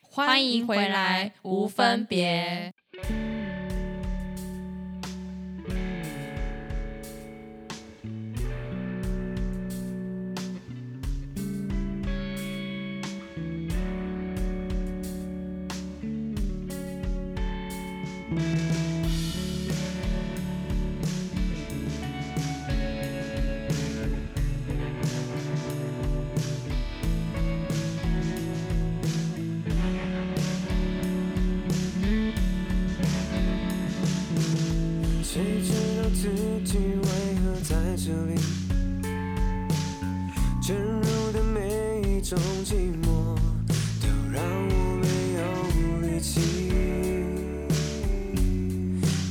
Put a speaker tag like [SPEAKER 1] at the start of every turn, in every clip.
[SPEAKER 1] 欢迎回来，无分别。
[SPEAKER 2] 谁知道自己为何在这里？卷入的每一种寂寞，都让我没有力气，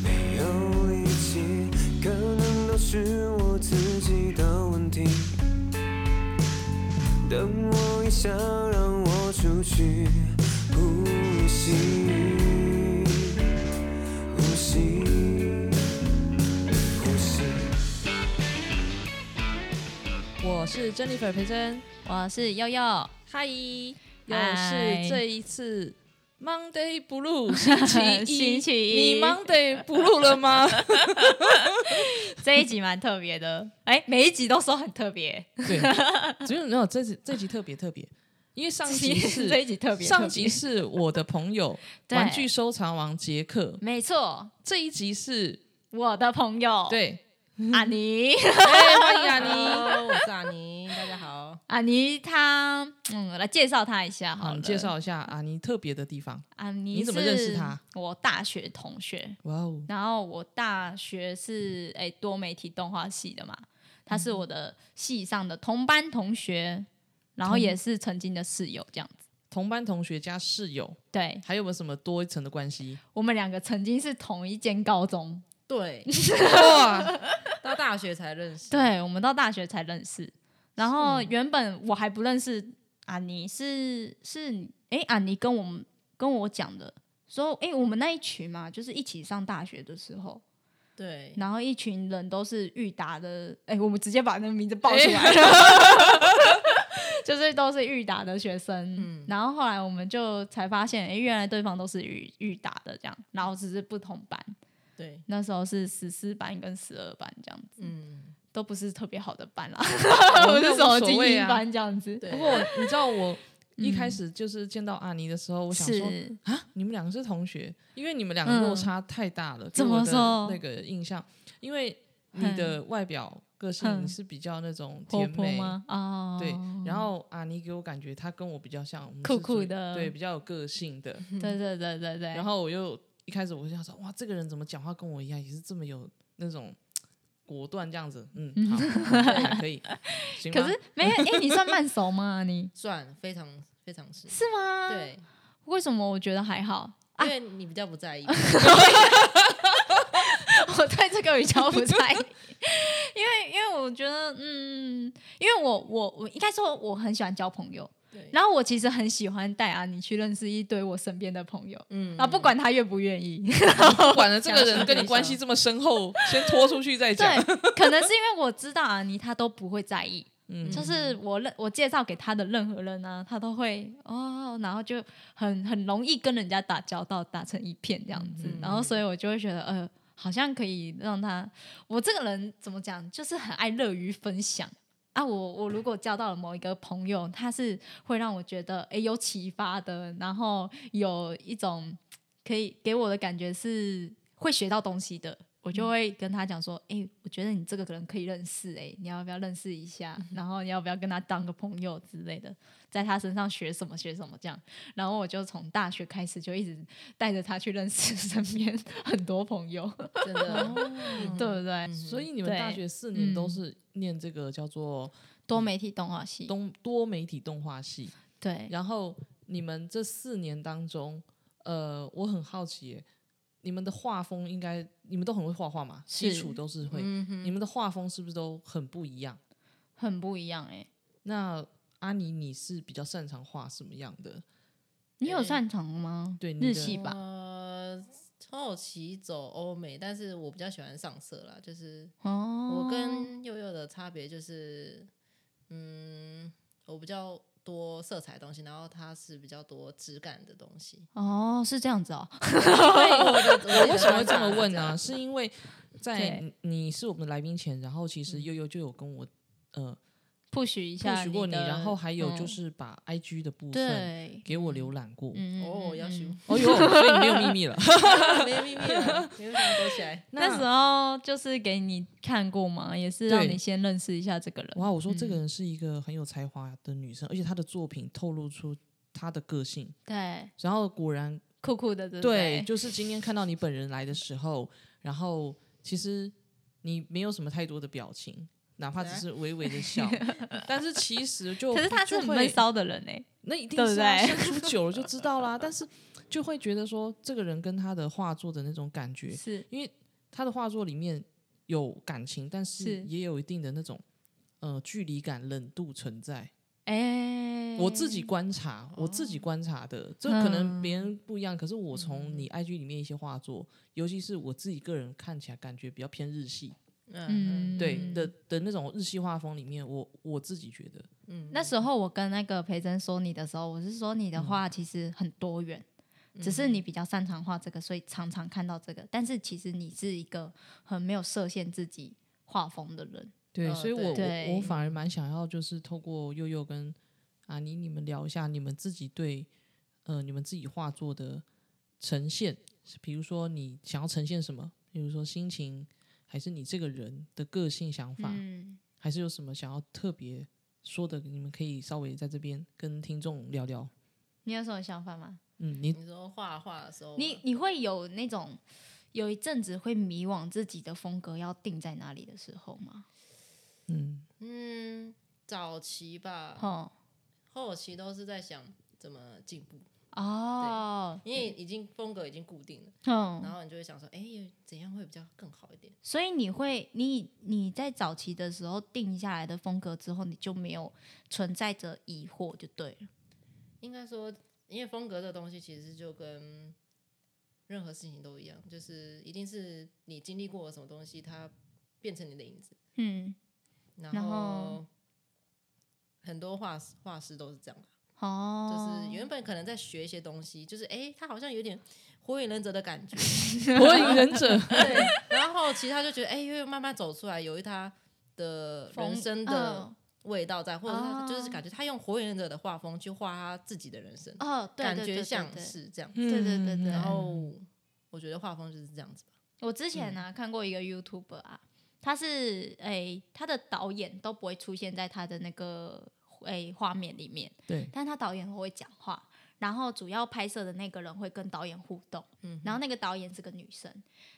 [SPEAKER 2] 没有力气，可能都是我自己的问题。等我一下，让我出去呼吸，呼吸。呼吸。
[SPEAKER 3] 我是 Jennifer 裴珍，
[SPEAKER 1] 我是悠悠，
[SPEAKER 3] 嗨，又
[SPEAKER 1] 嗨
[SPEAKER 3] 是这一次 Monday Blue 星期一，
[SPEAKER 1] 星期一
[SPEAKER 3] 你 Monday Blue 了吗？
[SPEAKER 1] 这一集蛮特别的，哎、每一集都说很特别，
[SPEAKER 3] 对，只有没有这集这集特别特别，因为上集
[SPEAKER 1] 这
[SPEAKER 3] 是
[SPEAKER 1] 一集特别，
[SPEAKER 3] 上集是我的朋友
[SPEAKER 1] 对
[SPEAKER 3] 玩具收藏王杰克，
[SPEAKER 1] 没错，
[SPEAKER 3] 这一集是
[SPEAKER 1] 我的朋友
[SPEAKER 3] 对，
[SPEAKER 1] 哦阿尼，
[SPEAKER 3] 哎欢迎阿妮。
[SPEAKER 4] Hello，我是阿尼，大家好。
[SPEAKER 1] 阿尼他嗯，我来介绍他一下嗯好
[SPEAKER 3] 好，
[SPEAKER 1] 了，
[SPEAKER 3] 你介绍一下阿妮特别的地方。
[SPEAKER 1] 阿
[SPEAKER 3] 啊
[SPEAKER 1] 尼，
[SPEAKER 3] 你怎么认识他？
[SPEAKER 1] 我大学同学，
[SPEAKER 3] 哇哦，
[SPEAKER 1] 然后我大学是哎、多媒体动画系的嘛，他
[SPEAKER 3] 嗯
[SPEAKER 1] 是我的系上的同班同学，然后
[SPEAKER 3] 同
[SPEAKER 1] 也是曾经的室友这样子。
[SPEAKER 3] 同班同学加室友，
[SPEAKER 1] 对
[SPEAKER 3] 还有没有什么多一层的关系？
[SPEAKER 1] 我们两个曾经是同一间高中，
[SPEAKER 4] 对，
[SPEAKER 3] 哇，
[SPEAKER 4] 到大学才认识。
[SPEAKER 1] 对我们到大学才认识。然后原本我还不认识阿尼，是是哎、阿尼跟我们跟我讲的，说哎、我们那一群嘛，就是一起上大学的时候，
[SPEAKER 4] 对，
[SPEAKER 1] 然后一群人都是裕达的，哎、我们直接把那个名字报出来了， 就是都是裕达的学生。
[SPEAKER 4] 嗯
[SPEAKER 1] 然后后来我们就才发现，哎、原来对方都是裕裕达的这样，然后只是不同班，
[SPEAKER 4] 对，
[SPEAKER 1] 那时候是十四班跟十二班这样子，
[SPEAKER 4] 嗯，
[SPEAKER 1] 都不是特别好的班啦，
[SPEAKER 3] 哦
[SPEAKER 1] 我
[SPEAKER 3] 那
[SPEAKER 1] 是
[SPEAKER 3] 无
[SPEAKER 1] 什么
[SPEAKER 3] 所
[SPEAKER 1] 精
[SPEAKER 3] 谓
[SPEAKER 1] 英
[SPEAKER 3] 啊
[SPEAKER 1] 班这样子。
[SPEAKER 4] 对
[SPEAKER 3] 不过你知道我一开始就是见到阿妮的时候，我想说
[SPEAKER 1] 嗯是
[SPEAKER 3] 啊，你们两个是同学，因为你们两个落差太大了，
[SPEAKER 1] 嗯怎么
[SPEAKER 3] 给我
[SPEAKER 1] 说
[SPEAKER 3] 的那个印象，因为你的外表个性
[SPEAKER 1] 嗯
[SPEAKER 3] 你是比较那种
[SPEAKER 1] 活
[SPEAKER 3] 甜
[SPEAKER 1] 泼
[SPEAKER 3] 美。
[SPEAKER 1] 吗？哦，
[SPEAKER 3] 对，然后阿妮给我感觉她跟我比较像，我们是
[SPEAKER 1] 酷酷
[SPEAKER 3] 属于
[SPEAKER 1] 的
[SPEAKER 3] 对，比较有个性 的。
[SPEAKER 1] 对对对对对，
[SPEAKER 3] 然后我又一开始我就想说，哇，这个人怎么讲话跟我一样，也是这么有那种果断这样子，嗯，好，还可以， 行吧
[SPEAKER 1] 可是没有，哎、你算慢熟吗？ 你
[SPEAKER 4] 算非常非常是。
[SPEAKER 1] 是吗？，
[SPEAKER 4] 对，
[SPEAKER 1] 为什么我觉得还好？啊
[SPEAKER 4] 因为你比较 不在意。
[SPEAKER 1] 我对这个比较不在意，因为因为我觉得，嗯，因为我我我应该说我很喜欢交朋友，
[SPEAKER 4] 对，
[SPEAKER 1] 然后我其实很喜欢带安妮去认识一堆我身边的朋友，
[SPEAKER 4] 嗯
[SPEAKER 1] 啊，不管他愿不愿 意，
[SPEAKER 3] 不管了，这个人跟你关系这么深厚，先拖出去再讲。
[SPEAKER 1] 对，可能是因为我知道安妮她都不会在意，
[SPEAKER 3] 嗯
[SPEAKER 1] 就是我认我介绍给他的任何人呢、啊，他都会哦，然后就很很容易跟人家打交道，打成一片这样子。
[SPEAKER 4] 嗯
[SPEAKER 1] 然后所以我就会觉得，呃，好像可以让他，我这个人怎么讲，就是很爱乐于分享啊。我我如果交到了某一个朋友，他是会让我觉得，哎，有启发的，然后有一种可以给我的感觉是会学到东西的，我就会跟他讲说，哎、我觉得你这个人可以认识、哎，你要不要认识一下？然后你要不要跟他当个朋友之类的，在他身上学什么学什么这样。然后我就从大学开始就一直带着他去认识 身边很多朋友，
[SPEAKER 4] 真的，
[SPEAKER 1] 对不对？
[SPEAKER 3] 所以你们
[SPEAKER 1] 嗯对
[SPEAKER 3] 大学四年
[SPEAKER 1] 嗯
[SPEAKER 3] 都是念这个叫做
[SPEAKER 1] 多媒体动画系，
[SPEAKER 3] 东多媒体动画系，
[SPEAKER 1] 对，
[SPEAKER 3] 然后你们这四年当中，呃，我很好奇耶，你们的画风应该你们都很会画画嘛，基
[SPEAKER 1] 是
[SPEAKER 3] 础都是会，
[SPEAKER 4] 嗯
[SPEAKER 3] 你们的画风是不是都很不一样？
[SPEAKER 1] 很不一样、哎，
[SPEAKER 3] 那阿妮，你是比较擅长画什么样 的？
[SPEAKER 1] 你有
[SPEAKER 4] 哎
[SPEAKER 1] 擅长吗？
[SPEAKER 3] 对你的
[SPEAKER 1] 日系吧，
[SPEAKER 4] 呃，后期走欧美，但是我比较喜欢上色啦，就是
[SPEAKER 1] 哦，
[SPEAKER 4] 我跟悠悠的差别就是，嗯，我比较多色彩的东西，然后它是比较多质感的东西。
[SPEAKER 1] 哦，是这样 子哦，
[SPEAKER 4] 我
[SPEAKER 3] 为什么会这么问
[SPEAKER 4] 呢、
[SPEAKER 3] 呢？是因为在
[SPEAKER 1] 对
[SPEAKER 3] 你你是我们的来宾前，然后其实悠悠就有跟我呃
[SPEAKER 1] 不许一
[SPEAKER 3] 不
[SPEAKER 1] 下
[SPEAKER 3] 许过你，
[SPEAKER 1] 的
[SPEAKER 3] 然后还有就
[SPEAKER 1] 嗯
[SPEAKER 3] 是把 IG 的部分
[SPEAKER 1] 对，
[SPEAKER 3] 给我浏览过。
[SPEAKER 1] 嗯
[SPEAKER 4] 哦，要修，
[SPEAKER 3] 哦 哟，所以你没有秘密了。
[SPEAKER 4] 没秘密了，你为什么躲起来？
[SPEAKER 1] 那时候就是给你看过嘛，也是让
[SPEAKER 3] 对
[SPEAKER 1] 你先认识一下这个人。
[SPEAKER 3] 哇，我说这个人是一个很有才华的女生，而且她的作品透露出她的个性。
[SPEAKER 1] 对，
[SPEAKER 3] 然后果然，
[SPEAKER 1] 酷酷的，对不
[SPEAKER 3] 对，
[SPEAKER 1] 对？
[SPEAKER 3] 就是今天看到你本人来的时候，然后其实你没有什么太多的表情，哪怕只是微微的 笑，但是其实就
[SPEAKER 1] 可是他是很
[SPEAKER 3] 就会
[SPEAKER 1] 闷骚的人哎、
[SPEAKER 3] 那一定
[SPEAKER 1] 对不
[SPEAKER 3] 是啊
[SPEAKER 1] 对
[SPEAKER 3] 相处久了就知道 啦。但是就会觉得说，这个人跟他的画作的那种感觉，
[SPEAKER 1] 是
[SPEAKER 3] 因为他的画作里面有感情，但是
[SPEAKER 1] 是
[SPEAKER 3] 也有一定的那种呃距离感、冷度存在。
[SPEAKER 1] 哎、哦嗯
[SPEAKER 3] 我自己观察，我自己观察的，这可能别人不一样。可是我从你 IG 里面一些画作，尤其是我自己个人看起来感觉比较偏日系，
[SPEAKER 1] 嗯，
[SPEAKER 3] 对的的那种日系画风里面，我我自己觉得，
[SPEAKER 4] 嗯，
[SPEAKER 1] 那时候我跟那个培珍说你的时候，我是说你
[SPEAKER 3] 嗯
[SPEAKER 1] 的话其实很多元，只是你比较擅长画这个，所以常常看到这个。但是其实你是一个很没有设限自己画风的人。
[SPEAKER 3] 对，
[SPEAKER 4] 呃
[SPEAKER 3] 所以我
[SPEAKER 1] 对
[SPEAKER 3] 我我反而蛮想要，就是透过悠悠跟阿妮你们聊一下，你们自己对呃你们自己画作的呈现，比如说你想要呈现什么，比如说心情，还是你这个人的个性想法，
[SPEAKER 1] 嗯，
[SPEAKER 3] 还是有什么想要特别说的，你们可以稍微在这边跟听众聊聊。
[SPEAKER 1] 你有什么想法吗？
[SPEAKER 3] 嗯，你
[SPEAKER 4] 你说画画的时候，
[SPEAKER 1] 你你会有那种有一阵子会迷惘自己的风格要定在哪里的时候吗？
[SPEAKER 3] 嗯，
[SPEAKER 4] 嗯，早期
[SPEAKER 3] 呃
[SPEAKER 4] 吧，
[SPEAKER 1] 哦
[SPEAKER 4] 后期都是在想怎么进步，
[SPEAKER 1] 哦，
[SPEAKER 4] 因为已经风格已经固定了，然
[SPEAKER 1] 嗯，
[SPEAKER 4] 后你就会想说，哎、怎样会比较更好一点？
[SPEAKER 1] 所以你会你你在早期的时候定下来的风格之后，你就没有存在着疑惑，就对了。
[SPEAKER 4] 应该说，因为风格这东西其实就跟任何事情都一样，就是一定是你经历过什么东西，它变成你的影子。
[SPEAKER 1] 嗯，
[SPEAKER 4] 然
[SPEAKER 1] 然
[SPEAKER 4] 后
[SPEAKER 1] 后
[SPEAKER 4] 很多画师画师都是这样吧，
[SPEAKER 1] 哦，
[SPEAKER 4] 就是原本可能在学一些东西，就是哎、诶他好像有点火影忍者的感 觉，
[SPEAKER 3] 嗯火影忍者，
[SPEAKER 4] 对。然后其实他就觉得哎，诶又、慢慢走出来，有一他的人生的
[SPEAKER 1] 嗯
[SPEAKER 4] 味道在，或者是他
[SPEAKER 1] 哦
[SPEAKER 4] 就是感觉他用火影忍者的画风去画他自己的人生，
[SPEAKER 1] 哦，对
[SPEAKER 4] 感
[SPEAKER 1] 对
[SPEAKER 4] 觉
[SPEAKER 1] 对对
[SPEAKER 4] 像
[SPEAKER 1] 对
[SPEAKER 4] 是这样。
[SPEAKER 1] 对对对对
[SPEAKER 3] 嗯
[SPEAKER 4] 然后我觉得画风就是这样子吧。
[SPEAKER 1] 我之
[SPEAKER 4] 嗯
[SPEAKER 1] 前呢、啊看过一个 YouTuber 啊，他是诶、他的导演都不会出现在他的那个诶画、面里面，
[SPEAKER 3] 对，
[SPEAKER 1] 但他导演很会讲话，然后主要拍摄的那个人会跟导演互动，
[SPEAKER 4] 嗯
[SPEAKER 1] 然后那个导演是个女生，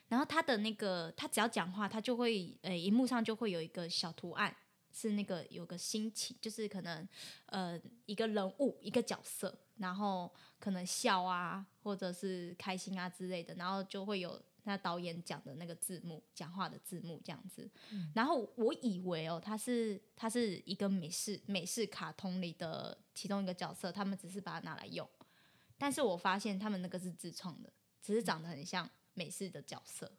[SPEAKER 1] 然后她的那个她只要讲话，她就会呃，荧幕上就会有一个小图案，是那个有个心情，就是可能呃一个人物一个角色，然后可能笑啊或者是开心啊之类的，然后就会有。那导演讲的那个字幕，讲话的字幕这样子，然后我以为哦，他是他是一个美式美式卡通里的其中一个角色，他们只是把它拿来用，但是我发现他们那个是自创的，只是长得很像美式的角色，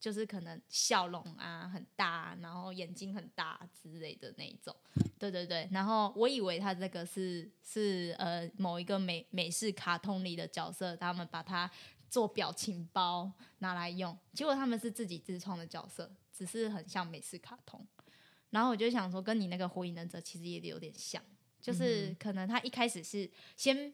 [SPEAKER 1] 就是可能笑容啊很大啊，然后眼睛很大啊之类的那一种。对对对，然后我以为他这个是是呃某一个美美式卡通里的角色，他们把它做表情包拿来用，结果他们是自己自创的角色，只是很像美式卡通。然后我就想说，跟你那个火影忍者其实也有点像，就是可能他一开始是先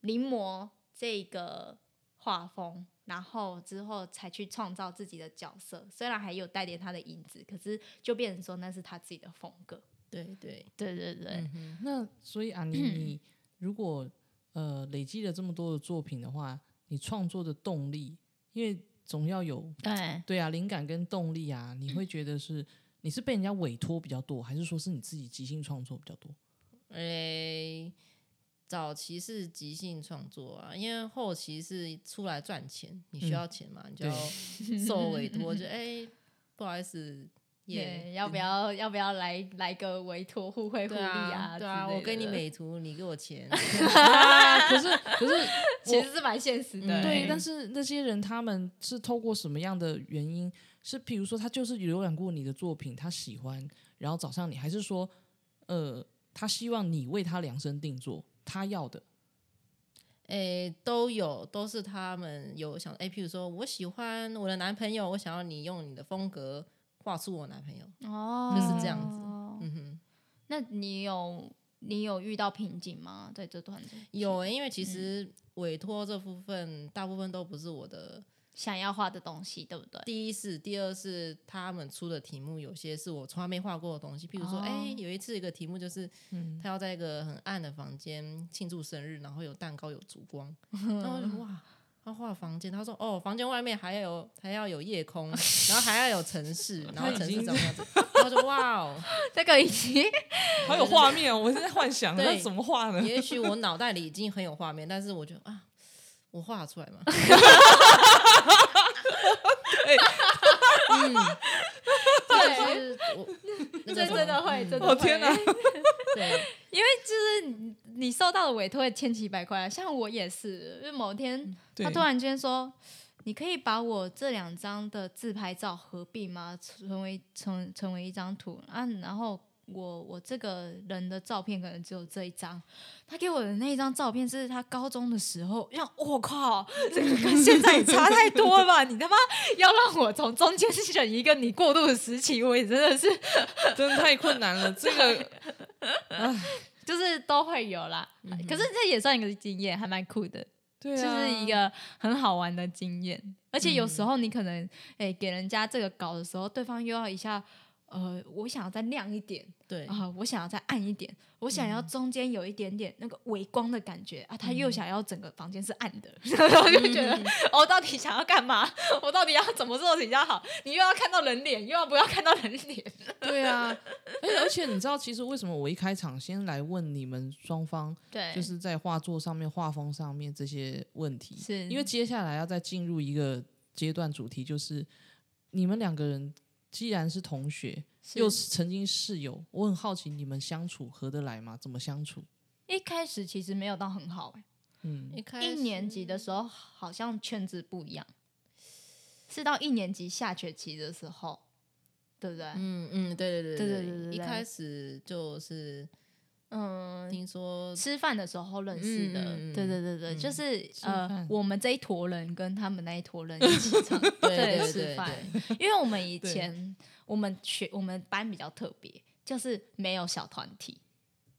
[SPEAKER 1] 临摹这个画风，然后之后才去创造自己的角色，虽然还有带点他的影子，可是就变成说那是他自己的风格。
[SPEAKER 4] 对对，
[SPEAKER 1] 对对对，
[SPEAKER 4] 嗯
[SPEAKER 3] 那所以阿 妮，你如果呃累积了这么多的作品的话，你创作的动力，因为总要有
[SPEAKER 1] 对，
[SPEAKER 3] 对啊灵感跟动力啊，你会觉得是你是被人家委托比较多，还是说是你自己即兴创作比较 多？
[SPEAKER 4] 诶、哎早期是即兴创作啊，因为后期是出来赚钱，
[SPEAKER 1] 嗯
[SPEAKER 4] 你需要钱嘛，你就要 受委托，就诶、不好意思，也、
[SPEAKER 1] 也要不要要不要来来个委托互惠互
[SPEAKER 4] 对
[SPEAKER 1] 利
[SPEAKER 4] 啊，对啊，
[SPEAKER 1] 之类
[SPEAKER 4] 我给你
[SPEAKER 1] 的
[SPEAKER 4] 美图，你给我钱，
[SPEAKER 3] 啊，可是可是
[SPEAKER 1] 其实是蛮现实的、
[SPEAKER 4] 嗯
[SPEAKER 3] 对，
[SPEAKER 1] 对，
[SPEAKER 3] 但是那些人他们是透过什么样的原因？是譬如说他就是浏览过你的作品，他喜欢，然后找上你，还是说呃他希望你为他量身定做他要的，
[SPEAKER 4] 诶、都有，都是他们有想，诶、譬如说我喜欢我的男朋友，我想要你用你的风格画出我男朋友，
[SPEAKER 1] 哦，
[SPEAKER 4] 就是这样子嗯哼。
[SPEAKER 1] 那你有你有遇到瓶颈吗？在这段中
[SPEAKER 4] 有、欸，因为其实委托这部分大部分都不是我的。
[SPEAKER 1] 想要画的东西，对不对？
[SPEAKER 4] 第一是，第二是他们出的题目有些是我从来没画过的东西，譬如说，
[SPEAKER 1] 哦
[SPEAKER 4] 哎、有一次一个题目就是
[SPEAKER 3] 嗯，
[SPEAKER 4] 他要在一个很暗的房间庆祝生日，然后有蛋糕有烛光，然后我就想哇。他画房间，他说：“哦，房间外面还有还要有夜空，然后还要有城市，然后城市长这样子。”然后就哇哦，
[SPEAKER 1] 这个已经
[SPEAKER 3] 好有画面哦，我是在幻想，
[SPEAKER 4] 对
[SPEAKER 3] 那怎么画呢？
[SPEAKER 4] 也许我脑袋里已经很有画面，但是我觉得啊，我画得出来吗？嗯，对，就是我那个
[SPEAKER 1] 这
[SPEAKER 4] 什么
[SPEAKER 1] 真的会，真的
[SPEAKER 3] 哦
[SPEAKER 1] 会。
[SPEAKER 3] 天哪
[SPEAKER 1] 哪！
[SPEAKER 4] 对，
[SPEAKER 1] 因为就是你你受到的委托也千奇百怪，啊像我也是，就是某天
[SPEAKER 3] 对
[SPEAKER 1] 他突然间说：“你可以把我这两张的自拍照合并吗？成为成成为一张图啊？”然后我我这个人的照片可能只有这一张，他给我的那一张照片是他高中的时候，让我靠，这个跟现在也差太多了吧？你他妈要让我从中间选一个你过渡的时期，我也真的是
[SPEAKER 3] 真的太困难了，这个
[SPEAKER 1] 就是都会有啦。可是这也算一个经验，还蛮酷的，
[SPEAKER 3] 对
[SPEAKER 1] 就
[SPEAKER 3] 啊，
[SPEAKER 1] 是一个很好玩的经验。而且有时候你可能诶、给人家这个稿的时候，对方又要一下。呃，我想要再亮一点
[SPEAKER 4] 对
[SPEAKER 1] 啊、我想要再暗一点，我想要中间有一点点那个微光的感觉啊，他又想要整个房间是暗的， 然后就觉得 我、哦、到底想要干嘛？我到底要怎么做比较好？你又要看到人脸，又要不要看到人脸？
[SPEAKER 3] 对啊，
[SPEAKER 1] 哎
[SPEAKER 3] 而且而且你知道，其实为什么我一开场先来问你们双方，
[SPEAKER 1] 对
[SPEAKER 3] 就是在画作上面、画风上面这些问题，
[SPEAKER 1] 是
[SPEAKER 3] 因为接下来要再进入一个阶段，主题就是你们两个人既然是同学，又是曾经室友，我很好奇你们相处合得来吗？怎么相处？
[SPEAKER 1] 一开始其实没有到很好、欸，
[SPEAKER 3] 嗯，
[SPEAKER 4] 一开
[SPEAKER 1] 一
[SPEAKER 4] 始
[SPEAKER 1] 年级的时候好像圈子不一样，是到一年级下学期的时候，对不对？
[SPEAKER 4] 嗯嗯，对对
[SPEAKER 1] 对
[SPEAKER 4] 对
[SPEAKER 1] 对对对
[SPEAKER 4] 一
[SPEAKER 1] 对
[SPEAKER 4] 开始就是
[SPEAKER 1] 嗯，
[SPEAKER 4] 听说
[SPEAKER 1] 吃饭的时候认识的，
[SPEAKER 4] 嗯嗯嗯
[SPEAKER 1] 对对对对，就是呃
[SPEAKER 3] 饭，
[SPEAKER 1] 我们这一坨人跟他们那一坨人一 起唱，
[SPEAKER 4] 对对对
[SPEAKER 1] 吃
[SPEAKER 4] 对
[SPEAKER 1] 饭，因为我们 以前我们学我们班比较特别，就是没有小团体。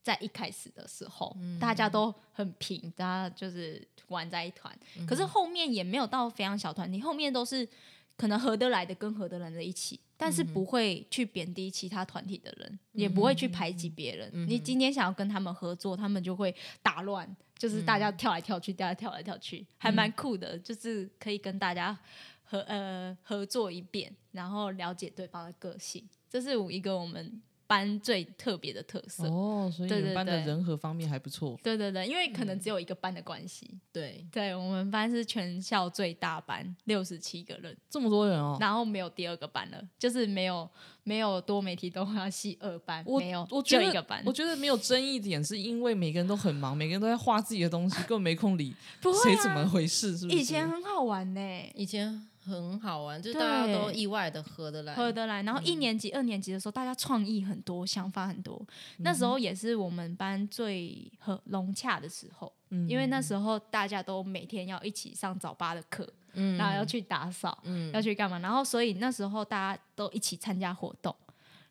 [SPEAKER 1] 在一开始的时候，
[SPEAKER 4] 嗯
[SPEAKER 1] 大家都很平，大家就是玩在一团。
[SPEAKER 4] 嗯
[SPEAKER 1] 可是后面也没有到非常小团体，后面都是可能合得来的跟合得来的一起，但是不会去贬低其他团体的人，也不会去排挤别人。你今天想要跟他们合作，他们就会打乱，就是大家跳来跳去，大家跳来跳去，还蛮酷的，就是可以跟大家合呃合作一遍，然后了解对方的个性，这是我一个我们班最特别的特色。
[SPEAKER 3] 哦，所以
[SPEAKER 1] 对
[SPEAKER 3] 你们
[SPEAKER 1] 对
[SPEAKER 3] 班的
[SPEAKER 1] 对
[SPEAKER 3] 人和方面还不错，
[SPEAKER 1] 对对对，因为可能只有一个班的关系，
[SPEAKER 4] 对
[SPEAKER 1] 对我们班是全校最大班，六十七个人，
[SPEAKER 3] 这么多人哦。
[SPEAKER 1] 然后没有第二个班了，就是没有没有多媒体动画系二班，
[SPEAKER 3] 我
[SPEAKER 1] 没有，
[SPEAKER 3] 我觉
[SPEAKER 1] 就
[SPEAKER 3] 得
[SPEAKER 1] 一个班，
[SPEAKER 3] 我觉得没有争议点，是因为每个人都很忙，每个人都在画自己的东西，根本没空理
[SPEAKER 1] 不会、啊、
[SPEAKER 3] 谁怎么回事，是不是？
[SPEAKER 1] 以前很好玩呢、
[SPEAKER 4] 以前很好玩，就是大家都
[SPEAKER 1] 对
[SPEAKER 4] 意外的合得来，
[SPEAKER 1] 合得来。然后一年级、二年级的时候，大家创意很多，想法很多。那时候也是我们班最和融洽的时候，
[SPEAKER 3] 嗯
[SPEAKER 1] 因为那时候大家都每天要一起上早八的课，
[SPEAKER 4] 嗯
[SPEAKER 1] 然后要去打扫，
[SPEAKER 4] 嗯
[SPEAKER 1] 要去干嘛？然后所以那时候大家都一起参加活动，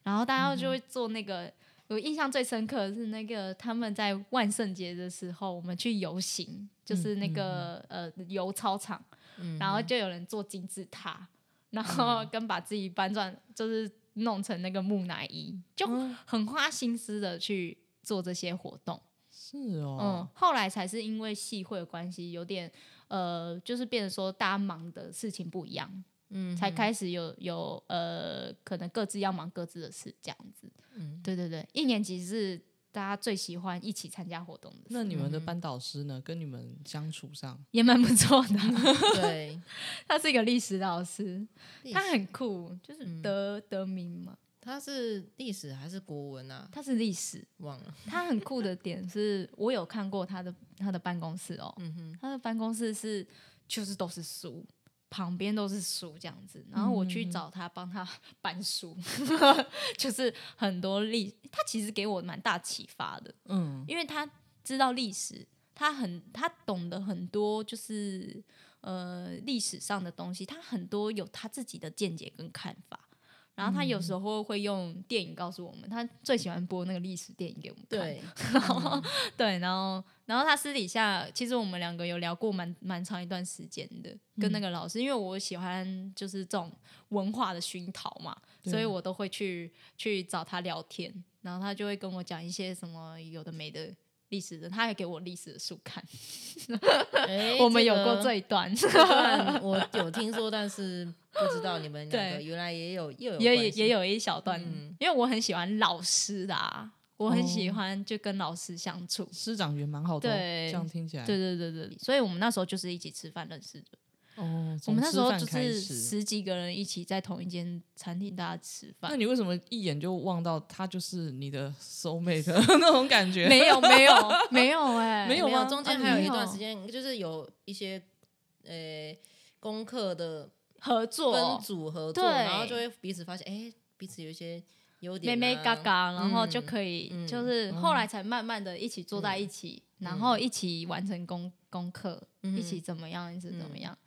[SPEAKER 1] 然后大家
[SPEAKER 4] 嗯
[SPEAKER 1] 就会做那个。我印象最深刻的是那个他们在万圣节的时候，我们去游行，就是
[SPEAKER 4] 嗯
[SPEAKER 1] 那个、呃游操场，然后就有人做金字塔，然
[SPEAKER 4] 嗯
[SPEAKER 1] 后跟把自己搬转，就是弄成那个木乃伊，就
[SPEAKER 4] 哦
[SPEAKER 1] 很花心思的去做这些活动。
[SPEAKER 3] 是
[SPEAKER 1] 嗯
[SPEAKER 3] 哦，，
[SPEAKER 1] 后来才是因为系会的关系，有点呃，就是变成说大家忙的事情不一样，
[SPEAKER 4] 嗯
[SPEAKER 1] 才开始有有呃，可能各自要忙各自的事这样子。
[SPEAKER 4] 嗯
[SPEAKER 1] 对对对，一年级是大家最喜欢一起参加活动的时候，
[SPEAKER 3] 那你们的班导师呢？跟你们相处上，
[SPEAKER 1] 也蛮不错的。
[SPEAKER 4] 对，
[SPEAKER 1] 他是一个历史老师，他很酷，就是
[SPEAKER 4] 嗯
[SPEAKER 1] 德、德明嘛，
[SPEAKER 4] 他是历史还是国文啊？
[SPEAKER 1] 他是历史。
[SPEAKER 4] 忘了，
[SPEAKER 1] 他很酷的点是我有看过他的他的办公室哦，
[SPEAKER 4] 嗯哼，
[SPEAKER 1] 他的办公室是就是都是书，旁边都是书这样子，然后我
[SPEAKER 4] 嗯
[SPEAKER 1] 去找他帮他搬书， 就是很多历，他其实给我蛮大启发的，
[SPEAKER 3] 嗯，
[SPEAKER 1] 因为他知道历史，他很他懂得很多就是呃历史上的东西，他很多有他自己的见解跟看法。然后他
[SPEAKER 4] 嗯
[SPEAKER 1] 有时候会用电影告诉我们，他最喜欢播那个历史电影给我们看。
[SPEAKER 4] 对，
[SPEAKER 1] 对，然后然后他私底下，其实我们两个有聊过蛮蛮长一段时间的，跟
[SPEAKER 4] 嗯
[SPEAKER 1] 那个老师，因为我喜欢就是这种文化的熏陶嘛，
[SPEAKER 3] 对
[SPEAKER 1] 所以我都会去去找他聊天，然后他就会跟我讲一些什么有的没的。历史的，他还给我历史的书看，
[SPEAKER 4] 哎
[SPEAKER 1] 我们有过
[SPEAKER 4] 这
[SPEAKER 1] 这一段，
[SPEAKER 4] 个段，我有听说，但是不知道你们两个
[SPEAKER 1] 对
[SPEAKER 4] 原来也有又 有
[SPEAKER 1] 也也
[SPEAKER 4] 关系
[SPEAKER 1] 也有一小段，
[SPEAKER 4] 嗯
[SPEAKER 1] 因为我很喜欢老师的啊，我很喜
[SPEAKER 3] 哦
[SPEAKER 1] 欢就跟老师相处，
[SPEAKER 3] 师长缘蛮好的哦，
[SPEAKER 1] 对
[SPEAKER 3] 这样听
[SPEAKER 4] 啊
[SPEAKER 3] 起来，
[SPEAKER 1] 对对对对，所以我们那时候就是一起吃饭认识的。
[SPEAKER 3] 哦，
[SPEAKER 1] 我
[SPEAKER 3] 从
[SPEAKER 1] 们那
[SPEAKER 3] 吃
[SPEAKER 1] 时候
[SPEAKER 3] 饭
[SPEAKER 1] 就
[SPEAKER 3] 开
[SPEAKER 1] 是
[SPEAKER 3] 始。
[SPEAKER 1] 十几个人一起在同一间餐厅大家吃
[SPEAKER 3] 那
[SPEAKER 1] 饭，
[SPEAKER 3] 你为什么一眼就望到他就是你的 soul mate 的 那种感觉？
[SPEAKER 1] 没有没 有没有哎、
[SPEAKER 3] 没有吗
[SPEAKER 4] 中间
[SPEAKER 1] 啊
[SPEAKER 4] 还有
[SPEAKER 1] 没
[SPEAKER 4] 一段
[SPEAKER 1] 有
[SPEAKER 4] 时间，就是有一些呃功课的
[SPEAKER 1] 合
[SPEAKER 4] 分
[SPEAKER 1] 作哦
[SPEAKER 4] 组合作，
[SPEAKER 1] 对
[SPEAKER 4] 然后就会彼此发现，哎，彼此有一些优
[SPEAKER 1] 妹
[SPEAKER 4] 点啊，
[SPEAKER 1] 妹嘎嘎，然后
[SPEAKER 4] 嗯
[SPEAKER 1] 就可以、
[SPEAKER 4] 嗯
[SPEAKER 1] 就是后来才慢慢的一起坐在一起，然后一起完成功功课，
[SPEAKER 4] 嗯
[SPEAKER 1] 一起怎么样，一起怎么样。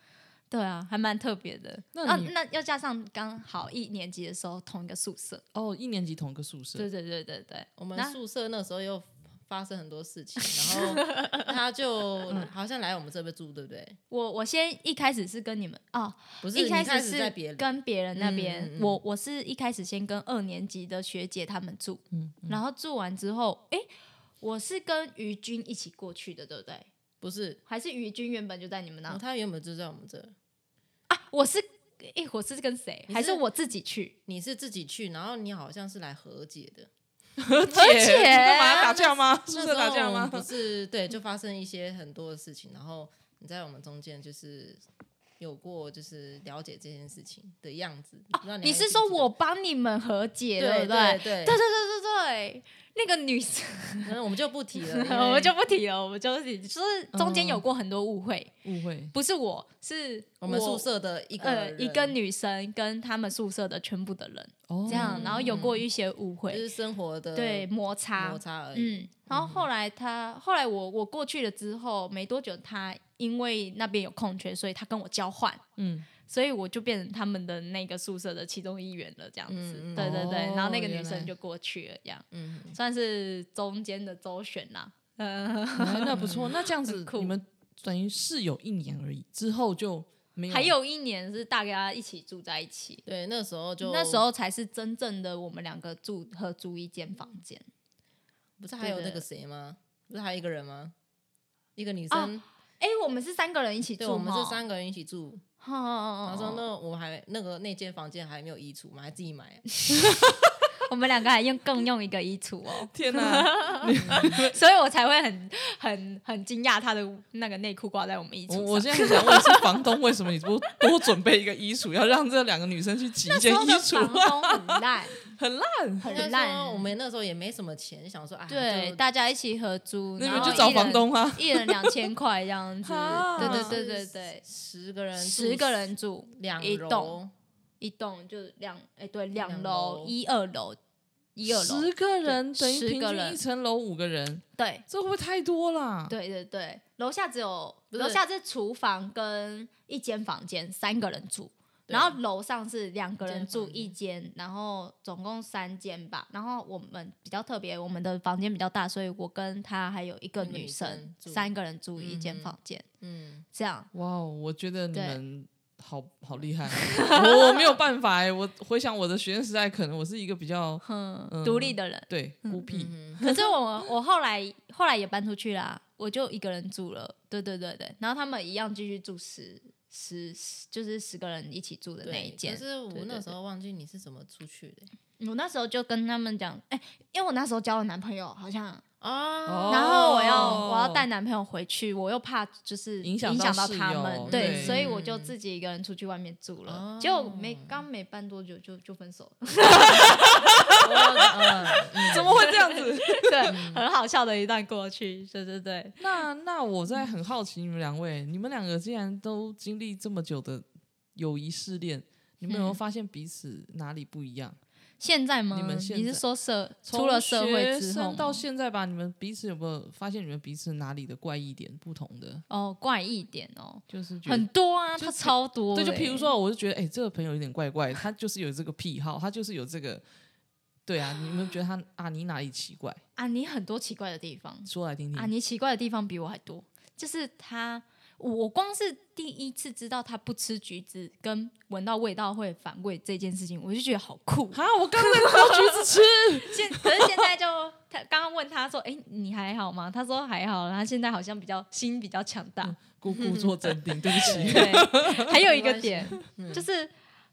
[SPEAKER 1] 对啊，还蛮特别的。
[SPEAKER 3] 那
[SPEAKER 1] 啊，
[SPEAKER 3] 你
[SPEAKER 1] 嗯那又加上刚好一年级的时候同一个宿舍，
[SPEAKER 3] 哦，一年级同一个宿舍
[SPEAKER 1] 对，对对对对，
[SPEAKER 4] 我们
[SPEAKER 1] 那
[SPEAKER 4] 宿舍那时候又发生很多 事情，然后他就
[SPEAKER 1] 嗯
[SPEAKER 4] 好像来我们这边住，对不对？
[SPEAKER 1] 我我先一开始是跟你们哦，
[SPEAKER 4] 不是，
[SPEAKER 1] 一
[SPEAKER 4] 你
[SPEAKER 1] 开
[SPEAKER 4] 始
[SPEAKER 1] 始
[SPEAKER 4] 在
[SPEAKER 1] 是
[SPEAKER 4] 别人，
[SPEAKER 1] 跟别人那边，
[SPEAKER 4] 嗯嗯嗯
[SPEAKER 1] 我我是一开始先跟二年级的学姐他们住，
[SPEAKER 4] 嗯
[SPEAKER 1] 然后住完之后，诶，我是跟于军一起过去的，对不对？
[SPEAKER 4] 不是，
[SPEAKER 1] 还是于军原本就在你们那？
[SPEAKER 4] 然后他原本就在我们这，
[SPEAKER 1] 啊，我是诶，我是跟谁？
[SPEAKER 4] 你是
[SPEAKER 1] 还是我自己去？
[SPEAKER 4] 你是自己去，然后你好像是来和解的。
[SPEAKER 3] 而且
[SPEAKER 1] 而且
[SPEAKER 3] 干嘛打架吗？宿
[SPEAKER 4] 那
[SPEAKER 3] 舍
[SPEAKER 4] 时
[SPEAKER 3] 打
[SPEAKER 4] 候
[SPEAKER 3] 架
[SPEAKER 4] 我们
[SPEAKER 3] 吗？
[SPEAKER 4] 不是，对，就发生一些很多的事情，然后你在我们中间就是有过就是了解这件事情的样子。不知道
[SPEAKER 1] 啊你
[SPEAKER 4] 还
[SPEAKER 1] 是
[SPEAKER 4] 记不
[SPEAKER 1] 说
[SPEAKER 4] 记得
[SPEAKER 1] 我帮你们和解，
[SPEAKER 4] 对
[SPEAKER 1] 不对？
[SPEAKER 4] 对对
[SPEAKER 1] 对对对对对，那个女生
[SPEAKER 4] 可能我们就不提 了，因
[SPEAKER 1] 我
[SPEAKER 4] 为嗯
[SPEAKER 1] 们就不提了，我们就不提，就是中间有过很多误会，
[SPEAKER 3] 误会，
[SPEAKER 1] 不是我是
[SPEAKER 4] 我们宿舍的一个
[SPEAKER 1] 呃
[SPEAKER 4] 人
[SPEAKER 1] 一个女生跟他们宿舍的全部的人。
[SPEAKER 3] 哦
[SPEAKER 1] 这样，然后有过一些误
[SPEAKER 4] 嗯就
[SPEAKER 1] 会，
[SPEAKER 4] 是生活的
[SPEAKER 1] 对摩擦，
[SPEAKER 4] 摩擦而已。
[SPEAKER 1] 嗯，然后后来他后来我我过去了之后没多久，他因为那边有空缺，所以他跟我交换，
[SPEAKER 3] 嗯，
[SPEAKER 1] 所以我就变成他们的那个宿舍的其中一员了，这样子，
[SPEAKER 4] 嗯嗯
[SPEAKER 1] 对对对，
[SPEAKER 3] 哦
[SPEAKER 1] 然后那个
[SPEAKER 3] 原
[SPEAKER 1] 女生
[SPEAKER 3] 来
[SPEAKER 1] 就过去了，这样
[SPEAKER 4] 嗯，
[SPEAKER 1] 算是中间的周旋啦，
[SPEAKER 3] 哎那不 错。那这样
[SPEAKER 1] 很
[SPEAKER 3] 子
[SPEAKER 1] 酷
[SPEAKER 3] 你们等于室友一年而已，之后就
[SPEAKER 4] 哎
[SPEAKER 3] 没有，，
[SPEAKER 1] 还有一年是大家一起住在一起。
[SPEAKER 4] 对，那时候就
[SPEAKER 1] 那时候才是真正的我们两个住合租一间房间，
[SPEAKER 4] 不是还有那个谁吗？不是还有一个人吗？一个女生，
[SPEAKER 1] 哎、我们是三个人一起住
[SPEAKER 4] 对，
[SPEAKER 1] 哈，
[SPEAKER 4] 我们是三个人一起住。
[SPEAKER 1] 哦，哦哦哦
[SPEAKER 4] 然后说那我们还那个那间房间还没有移除，我们还自己 买。
[SPEAKER 1] 我们两个还用共用一个衣橱哦
[SPEAKER 3] 天哪！
[SPEAKER 1] 所以我才会很很很惊讶他的那个内裤挂在我们衣橱
[SPEAKER 3] 我
[SPEAKER 1] 上。
[SPEAKER 3] 我现 在很想问，是房东为什么你不多准备一个衣橱，要让这两个女生去挤一件衣
[SPEAKER 1] 那时候的
[SPEAKER 3] 橱？
[SPEAKER 1] 房东很烂，
[SPEAKER 3] 很烂，
[SPEAKER 4] 应该
[SPEAKER 1] 很
[SPEAKER 4] 啊说
[SPEAKER 1] 烂。
[SPEAKER 4] 我们那时候也没什么钱，想说啊，
[SPEAKER 1] 对
[SPEAKER 4] 就
[SPEAKER 1] 大家一起合租，
[SPEAKER 3] 那你
[SPEAKER 1] 然
[SPEAKER 3] 们
[SPEAKER 1] 后
[SPEAKER 3] 就
[SPEAKER 1] 一
[SPEAKER 3] 找
[SPEAKER 1] 人
[SPEAKER 3] 房，东啊。
[SPEAKER 1] 一人两千块这样子
[SPEAKER 3] 啊。
[SPEAKER 1] 对对对对对，
[SPEAKER 4] 十个人，
[SPEAKER 1] 十个人住
[SPEAKER 4] 两
[SPEAKER 1] 一栋，
[SPEAKER 4] 楼，
[SPEAKER 1] 一栋就两哎对两
[SPEAKER 4] 两
[SPEAKER 1] 楼
[SPEAKER 4] 楼
[SPEAKER 1] 一二楼一二楼
[SPEAKER 3] 十个人等于
[SPEAKER 1] 十
[SPEAKER 3] 平
[SPEAKER 1] 个
[SPEAKER 3] 均
[SPEAKER 1] 人
[SPEAKER 3] 一层楼五个人，
[SPEAKER 1] 对
[SPEAKER 3] 这会不会太多啦？
[SPEAKER 1] 对对对，楼下只有
[SPEAKER 4] 不是
[SPEAKER 1] 楼下是厨房跟一间房间，三个人住。
[SPEAKER 4] 对
[SPEAKER 1] 然后楼上是两个人住一
[SPEAKER 4] 一
[SPEAKER 1] 间，然后总共三间吧。然后我们比较特别，我们的房间比较大，所以我跟他还有一个
[SPEAKER 4] 一个
[SPEAKER 1] 女
[SPEAKER 4] 女
[SPEAKER 1] 生，
[SPEAKER 4] 生住
[SPEAKER 1] 三个人住一间
[SPEAKER 4] 嗯哼
[SPEAKER 1] 房间。
[SPEAKER 4] 嗯，
[SPEAKER 1] 这样
[SPEAKER 3] 哇哦，我觉得你
[SPEAKER 1] 对
[SPEAKER 3] 们好好厉 害，我我没有办法哎，我回想我的学生时代，可能我是一个比较
[SPEAKER 1] 嗯，
[SPEAKER 3] 嗯
[SPEAKER 1] 独立的人。
[SPEAKER 3] 对孤僻，
[SPEAKER 4] 嗯
[SPEAKER 1] 可是我我后来后来也搬出去啦，我就一个人住了。对对对对，然后他们一样继续住十十十就是十个人一起住的那一
[SPEAKER 4] 对。
[SPEAKER 1] 间
[SPEAKER 4] 可。是
[SPEAKER 1] 对
[SPEAKER 4] 我
[SPEAKER 1] 对
[SPEAKER 4] 那时候忘记你是怎么出去的
[SPEAKER 1] 我那时候就跟他们讲，哎、因为我那时候交了男朋友，好像，
[SPEAKER 4] 啊
[SPEAKER 3] 哦
[SPEAKER 1] 然后我要我要带男朋友回去，我又怕就是
[SPEAKER 3] 影响
[SPEAKER 1] 响
[SPEAKER 3] 到
[SPEAKER 1] 到
[SPEAKER 3] 室
[SPEAKER 1] 他
[SPEAKER 3] 友
[SPEAKER 1] 们，
[SPEAKER 3] 对
[SPEAKER 1] 所以我就自己一个人出去外面住了。
[SPEAKER 4] 哦
[SPEAKER 1] 结果没刚没搬多久就就分手了，
[SPEAKER 3] 嗯 怎么会这样 子？
[SPEAKER 1] 对，
[SPEAKER 3] 嗯
[SPEAKER 1] 很好笑的一段过去，对对对。
[SPEAKER 3] 那那我在很好奇你们两位，你们两个竟然都经历这么久的友谊试炼，你们有没有
[SPEAKER 1] 嗯
[SPEAKER 3] 发现彼此哪里不一样？
[SPEAKER 1] 现在吗？
[SPEAKER 3] 你们现
[SPEAKER 1] 你是
[SPEAKER 3] 在
[SPEAKER 1] 说社出
[SPEAKER 3] 从
[SPEAKER 1] 了社会
[SPEAKER 3] 学
[SPEAKER 1] 之后
[SPEAKER 3] 生到
[SPEAKER 1] 吗
[SPEAKER 3] 现在吧，你们彼此有没有发现你们彼此哪里的怪异点不同的？
[SPEAKER 1] 哦，怪异点哦，
[SPEAKER 3] 就是觉得
[SPEAKER 1] 很多啊，
[SPEAKER 3] 就
[SPEAKER 1] 他
[SPEAKER 3] 是
[SPEAKER 1] 超多欸、
[SPEAKER 3] 对，就比如说，我就觉得，哎、这个朋友有点怪怪，他就是有这个癖好，他就是有这个，对啊，你有没有觉得他啊，你哪里奇怪？
[SPEAKER 1] 啊，你很多奇怪的地方
[SPEAKER 3] 说来听
[SPEAKER 4] 嗯
[SPEAKER 3] 听。
[SPEAKER 1] 啊，你奇怪的地方比我还多，就是他。我光是第一次知道他不吃橘子，跟闻到味道会反胃这件事情，我就觉得好酷。
[SPEAKER 3] 啊，我刚才挑橘子吃，
[SPEAKER 1] 现可是现在就他刚刚问他说：“哎、你还好吗？”他说：“还好。”他现在好像比较心比较强大。
[SPEAKER 3] 姑姑做镇定，对不起。
[SPEAKER 1] 对，还有一
[SPEAKER 4] 嗯没
[SPEAKER 1] 个
[SPEAKER 4] 关系嗯
[SPEAKER 1] 点就是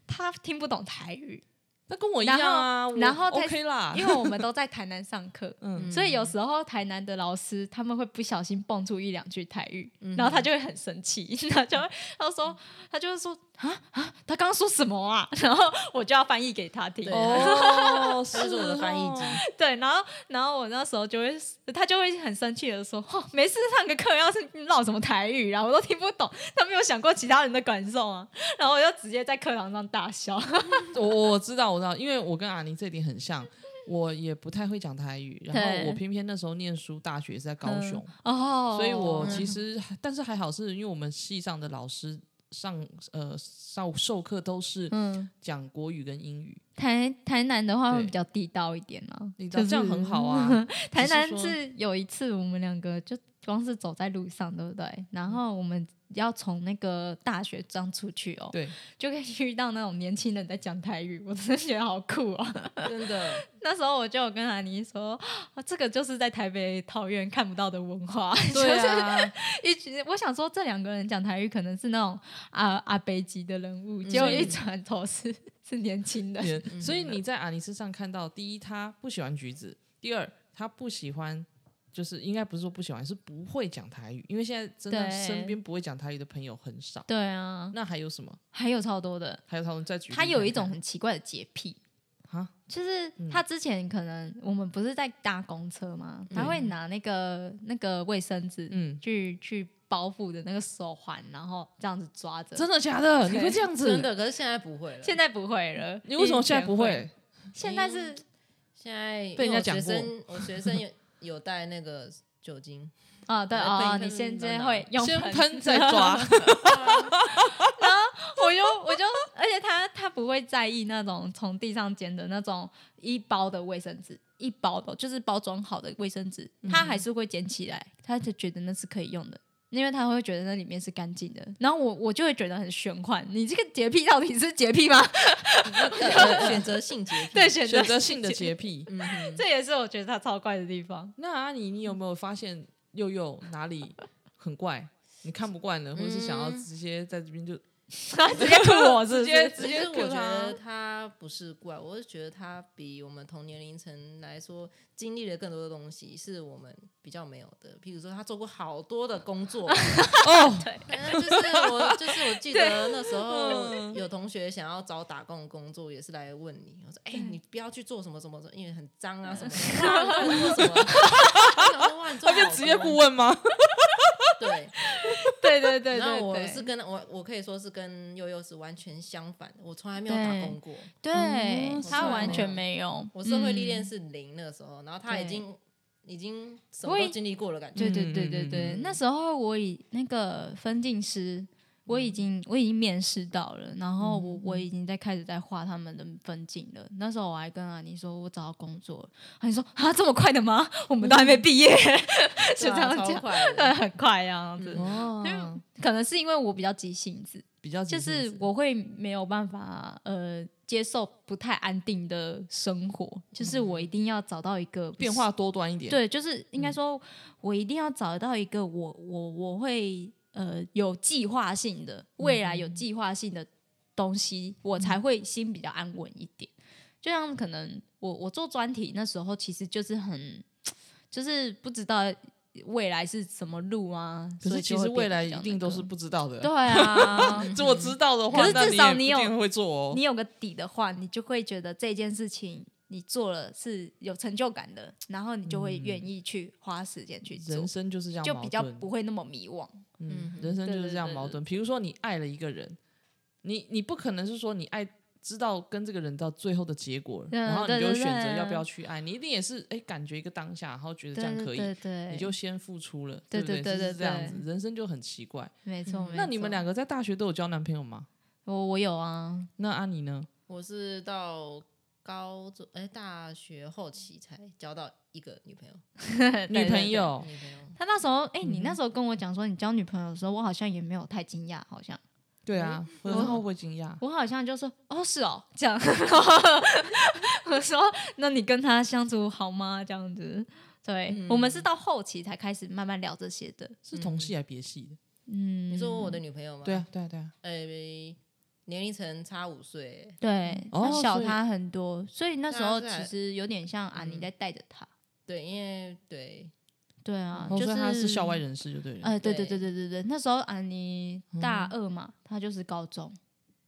[SPEAKER 1] 他听不懂台语，
[SPEAKER 3] 那跟我一样啊，我
[SPEAKER 1] 然后再
[SPEAKER 3] OK 啦，
[SPEAKER 1] 因为我们都在台南上课，
[SPEAKER 3] 嗯
[SPEAKER 1] 所以有时候台南的老师他们会不小心蹦出一两句台语，
[SPEAKER 3] 嗯
[SPEAKER 1] 然后他就会很生气， 他就会他说他就会说啊啊，他刚刚说什么啊？ 然后我就要翻译给他听，
[SPEAKER 4] 对
[SPEAKER 3] 哦，
[SPEAKER 4] 这就是我的翻译
[SPEAKER 3] 哦
[SPEAKER 4] 机。
[SPEAKER 1] 对，然后然后我那时候就会，他就会很生气的说，哦，每次上个课要是唠什么台语啊，我都听不懂，他没有想过其他人的感受啊， 然后我就直接在课堂上大笑，
[SPEAKER 3] 我 我知道，我知道，因为我跟阿尼这一点很像，我也不太会讲台语，然后
[SPEAKER 1] 对
[SPEAKER 3] 我偏偏那时候念书，大学是在高雄，
[SPEAKER 1] 嗯哦，
[SPEAKER 3] 所以我其实，但是还好，是因为我们系上的老师上呃上授课都是
[SPEAKER 1] 嗯，
[SPEAKER 3] 讲国语跟英语，
[SPEAKER 1] 台台南的话会
[SPEAKER 3] 对
[SPEAKER 1] 比较地道一点啊，
[SPEAKER 3] 你知道
[SPEAKER 1] 就是
[SPEAKER 3] 这样很好啊。
[SPEAKER 1] 台南
[SPEAKER 3] 说
[SPEAKER 1] 是有一次我们两个就光是走在路上，对不对？然后我们要从那个大学庄出去哦，
[SPEAKER 3] 对，
[SPEAKER 1] 就可以遇到那种年轻人在讲台语，我真的觉得好酷哦。
[SPEAKER 3] 真的，
[SPEAKER 1] 那时候我就有跟阿妮说，啊、这个就是在台北桃园看不到的文化，
[SPEAKER 3] 对啊，
[SPEAKER 1] 就是一群我想说这两个人讲台语可能是那种啊阿北级的人物，结果
[SPEAKER 3] 嗯
[SPEAKER 1] 一转头是是年轻人，
[SPEAKER 3] 也所以你在阿尼身上看到，第一，他不喜欢橘子；第二，他不喜欢，就是应该不是说不喜欢，是不会讲台语，因为现在真的
[SPEAKER 1] 对
[SPEAKER 3] 身边不会讲台语的朋友很少。
[SPEAKER 1] 对啊，
[SPEAKER 3] 那还有什么？
[SPEAKER 1] 还有超多的，
[SPEAKER 3] 还有他们在举例
[SPEAKER 1] 他有一
[SPEAKER 3] 看
[SPEAKER 1] 种
[SPEAKER 3] 看
[SPEAKER 1] 很奇怪的洁癖。
[SPEAKER 3] 啊，
[SPEAKER 1] 就是他之前可能我们不是在搭公车吗？他会拿那个那个卫生纸
[SPEAKER 3] 嗯，
[SPEAKER 1] 去去包覆的那个手环，然后这样子抓着。
[SPEAKER 3] 真的假的？你
[SPEAKER 1] 对
[SPEAKER 3] 会这样子？
[SPEAKER 4] 真？的，可是现在不会了。
[SPEAKER 1] 现在不会了，
[SPEAKER 3] 你为什么现在不
[SPEAKER 1] 以前
[SPEAKER 3] 会？
[SPEAKER 1] 现在是
[SPEAKER 4] 现在
[SPEAKER 3] 被人家讲
[SPEAKER 4] 因
[SPEAKER 3] 过
[SPEAKER 4] 为我学生，我学生有有带那个 酒精，
[SPEAKER 1] 啊，对
[SPEAKER 4] 呃
[SPEAKER 1] 啊，哦
[SPEAKER 4] 喷
[SPEAKER 1] 你先
[SPEAKER 4] 喷
[SPEAKER 1] 先
[SPEAKER 4] 啊
[SPEAKER 1] 会用
[SPEAKER 3] 先
[SPEAKER 1] 喷
[SPEAKER 3] 喷 再抓，
[SPEAKER 1] 我就我就，而且他他不会在意那种从地上捡的那种一包的卫生纸，一包的，就是包装好的卫生纸，
[SPEAKER 4] 嗯
[SPEAKER 1] 他还是会捡起来，他就觉得那是可以用的。因为他会觉得那里面是干净的，然后我我就会觉得很玄幻。你这个洁癖到底是洁癖吗？
[SPEAKER 4] 呃选择性洁癖。
[SPEAKER 1] 对，，选择
[SPEAKER 3] 选择性的洁癖。
[SPEAKER 4] 嗯哼，
[SPEAKER 1] 这也是我觉得他超怪的地方。
[SPEAKER 3] 那阿尼，你有没有发现佑佑哪里很怪？你看不惯了，或者是想要直接在这边就
[SPEAKER 1] 他嗯直接吐我是
[SPEAKER 3] 直
[SPEAKER 1] 不
[SPEAKER 3] 接
[SPEAKER 1] 是？
[SPEAKER 3] 直
[SPEAKER 4] 其
[SPEAKER 3] 接啊
[SPEAKER 4] 实我
[SPEAKER 3] cue
[SPEAKER 4] 觉
[SPEAKER 3] 他
[SPEAKER 4] 得他不是怪，我是觉得他比我们同年龄层来说经历了更多的东西，是我们比较没有的。譬如说，他做过好多的工 作，
[SPEAKER 3] 哦，
[SPEAKER 4] 呃就是我就是我记得那时候
[SPEAKER 3] 嗯
[SPEAKER 4] 有同学想要找打工的工作，也是来问你，我说：“哎、你不要去做什么什么什么，因为很脏啊什么什么。哇”你做 什么？我想说哇，你做
[SPEAKER 3] 嗯他变
[SPEAKER 4] 好
[SPEAKER 3] 职业
[SPEAKER 4] 多
[SPEAKER 3] 顾问吗？啊
[SPEAKER 4] 对，
[SPEAKER 1] 对对 对
[SPEAKER 4] 然
[SPEAKER 1] 对，
[SPEAKER 4] 后我
[SPEAKER 1] 对
[SPEAKER 4] 是跟我我可以说是跟悠悠是完全相反的，我从来没有打
[SPEAKER 1] 对
[SPEAKER 4] 工过，
[SPEAKER 1] 对
[SPEAKER 3] 嗯
[SPEAKER 1] 他
[SPEAKER 4] 是
[SPEAKER 1] 完
[SPEAKER 4] 没
[SPEAKER 1] 全
[SPEAKER 4] 有
[SPEAKER 1] 没有，
[SPEAKER 4] 我社会历
[SPEAKER 1] 嗯
[SPEAKER 4] 练是零那个时候，然后他已
[SPEAKER 1] 对
[SPEAKER 4] 经已经什么
[SPEAKER 1] 我
[SPEAKER 4] 都
[SPEAKER 1] 也
[SPEAKER 4] 经历过了，感觉
[SPEAKER 1] 对对对对
[SPEAKER 3] 嗯
[SPEAKER 1] 对，
[SPEAKER 4] 嗯嗯
[SPEAKER 1] 那时候我已那个分镜师，我
[SPEAKER 4] 嗯
[SPEAKER 1] 已经我已经面试到了，然后我我已经在开始在画他们的分镜了。那时候我还跟阿妮说我找到工作了，阿妮说啊这么快的吗？我们都还没毕业， 就这
[SPEAKER 4] 嗯对啊
[SPEAKER 1] 样
[SPEAKER 4] 超
[SPEAKER 1] 讲，
[SPEAKER 4] 快的。嗯
[SPEAKER 1] 对， 很快这样子。因
[SPEAKER 3] 哦
[SPEAKER 1] 为，可能是因为我比较急性子，
[SPEAKER 3] 比 较
[SPEAKER 1] 就
[SPEAKER 3] 急性
[SPEAKER 1] 是
[SPEAKER 3] 子
[SPEAKER 1] 我会没有办法呃接受不太安定的生活，就是
[SPEAKER 4] 嗯
[SPEAKER 1] 我一定要找到一个
[SPEAKER 3] 变化多端一点。，嗯
[SPEAKER 1] 对，就是应该说，我一定要找到一个我我我会呃有计划性的未来
[SPEAKER 3] 嗯
[SPEAKER 1] 有计划性的东西，我才会心比较安稳一点。就像可能我我做专题那时候，其实就是很就是不知道未来是什么路啊，
[SPEAKER 3] 可
[SPEAKER 1] 所
[SPEAKER 3] 是
[SPEAKER 1] 以
[SPEAKER 3] 其
[SPEAKER 1] 就
[SPEAKER 3] 实
[SPEAKER 1] 会变
[SPEAKER 3] 未来
[SPEAKER 1] 得比
[SPEAKER 3] 一
[SPEAKER 1] 较
[SPEAKER 3] 定
[SPEAKER 1] 那
[SPEAKER 3] 都
[SPEAKER 1] 个
[SPEAKER 3] 是不知道的。。
[SPEAKER 1] 对啊
[SPEAKER 3] 如果知道的话，
[SPEAKER 1] 可是
[SPEAKER 3] 那
[SPEAKER 1] 至
[SPEAKER 3] 你
[SPEAKER 1] 少
[SPEAKER 3] 也
[SPEAKER 1] 你
[SPEAKER 3] 不
[SPEAKER 1] 有
[SPEAKER 3] 一定会做哦
[SPEAKER 1] 你。有个底的话，你就会觉得这件事情你做了是有成就感的，然后你就会
[SPEAKER 3] 嗯
[SPEAKER 1] 愿意去花时间去做。
[SPEAKER 3] 人生就是这样，
[SPEAKER 1] 就
[SPEAKER 3] 矛
[SPEAKER 1] 比较
[SPEAKER 3] 盾
[SPEAKER 1] 不会那么迷惘。
[SPEAKER 3] 嗯
[SPEAKER 4] 嗯，
[SPEAKER 3] 人生
[SPEAKER 1] 对
[SPEAKER 3] 就是
[SPEAKER 1] 对
[SPEAKER 3] 这样
[SPEAKER 1] 对
[SPEAKER 3] 矛
[SPEAKER 1] 对
[SPEAKER 3] 盾。比如说，你爱了一个人，你你不可能是说你爱知道跟这个人到最后的结果，
[SPEAKER 1] 对
[SPEAKER 3] 然后你
[SPEAKER 1] 对
[SPEAKER 3] 就
[SPEAKER 1] 对
[SPEAKER 3] 选择
[SPEAKER 1] 嗯对
[SPEAKER 3] 要不要去爱，你一定也是哎感觉一个当下，然后觉得这
[SPEAKER 1] 对
[SPEAKER 3] 样可
[SPEAKER 1] 对
[SPEAKER 3] 以，
[SPEAKER 1] 对对，
[SPEAKER 3] 你就先付出了，
[SPEAKER 1] 对
[SPEAKER 3] 不
[SPEAKER 1] 对对
[SPEAKER 3] 是
[SPEAKER 1] 对
[SPEAKER 3] 这样
[SPEAKER 1] 对
[SPEAKER 3] 子，人生就很奇怪。
[SPEAKER 1] 没错。
[SPEAKER 3] 嗯那你们两
[SPEAKER 1] 个，
[SPEAKER 3] 个在大学都有交男朋友吗？
[SPEAKER 1] 我我有啊，
[SPEAKER 3] 那安妮呢？
[SPEAKER 4] 我是到高中哎、大学后期才交到一个女朋友，
[SPEAKER 3] 女朋友嗯
[SPEAKER 4] 女朋友
[SPEAKER 1] 他那时候，哎、你那时候跟我讲说你交女朋友的时候，我好像也没有太惊讶，好像
[SPEAKER 3] 对啊，我
[SPEAKER 1] 我
[SPEAKER 3] 会不会惊讶？
[SPEAKER 1] 我好像就说哦是哦 这样，我说那你跟他相处好吗？这样子，对、我们是
[SPEAKER 3] 嗯
[SPEAKER 1] 到后期才开始慢慢聊这些的，
[SPEAKER 3] 是同系还是别系的？
[SPEAKER 1] 嗯，
[SPEAKER 4] 你说我的女朋友吗？
[SPEAKER 3] 对，啊，对啊，对啊。
[SPEAKER 4] 哎、年龄层差五岁，
[SPEAKER 1] 对，
[SPEAKER 3] 哦
[SPEAKER 1] 他小
[SPEAKER 3] 所以
[SPEAKER 1] 他很多，所以那时
[SPEAKER 4] 对啊
[SPEAKER 1] 候
[SPEAKER 4] 是
[SPEAKER 1] 其
[SPEAKER 4] 啊
[SPEAKER 1] 实有点像啊
[SPEAKER 3] 嗯
[SPEAKER 1] 你在带着他，
[SPEAKER 4] 对，因为对
[SPEAKER 1] 对啊，
[SPEAKER 3] 哦，
[SPEAKER 1] 就
[SPEAKER 3] 所以他
[SPEAKER 1] 是
[SPEAKER 3] 是嗯校外人士就对了。
[SPEAKER 1] 哎，对对对
[SPEAKER 4] 对
[SPEAKER 1] 对对对，那时候安妮大二嘛，她就是高中，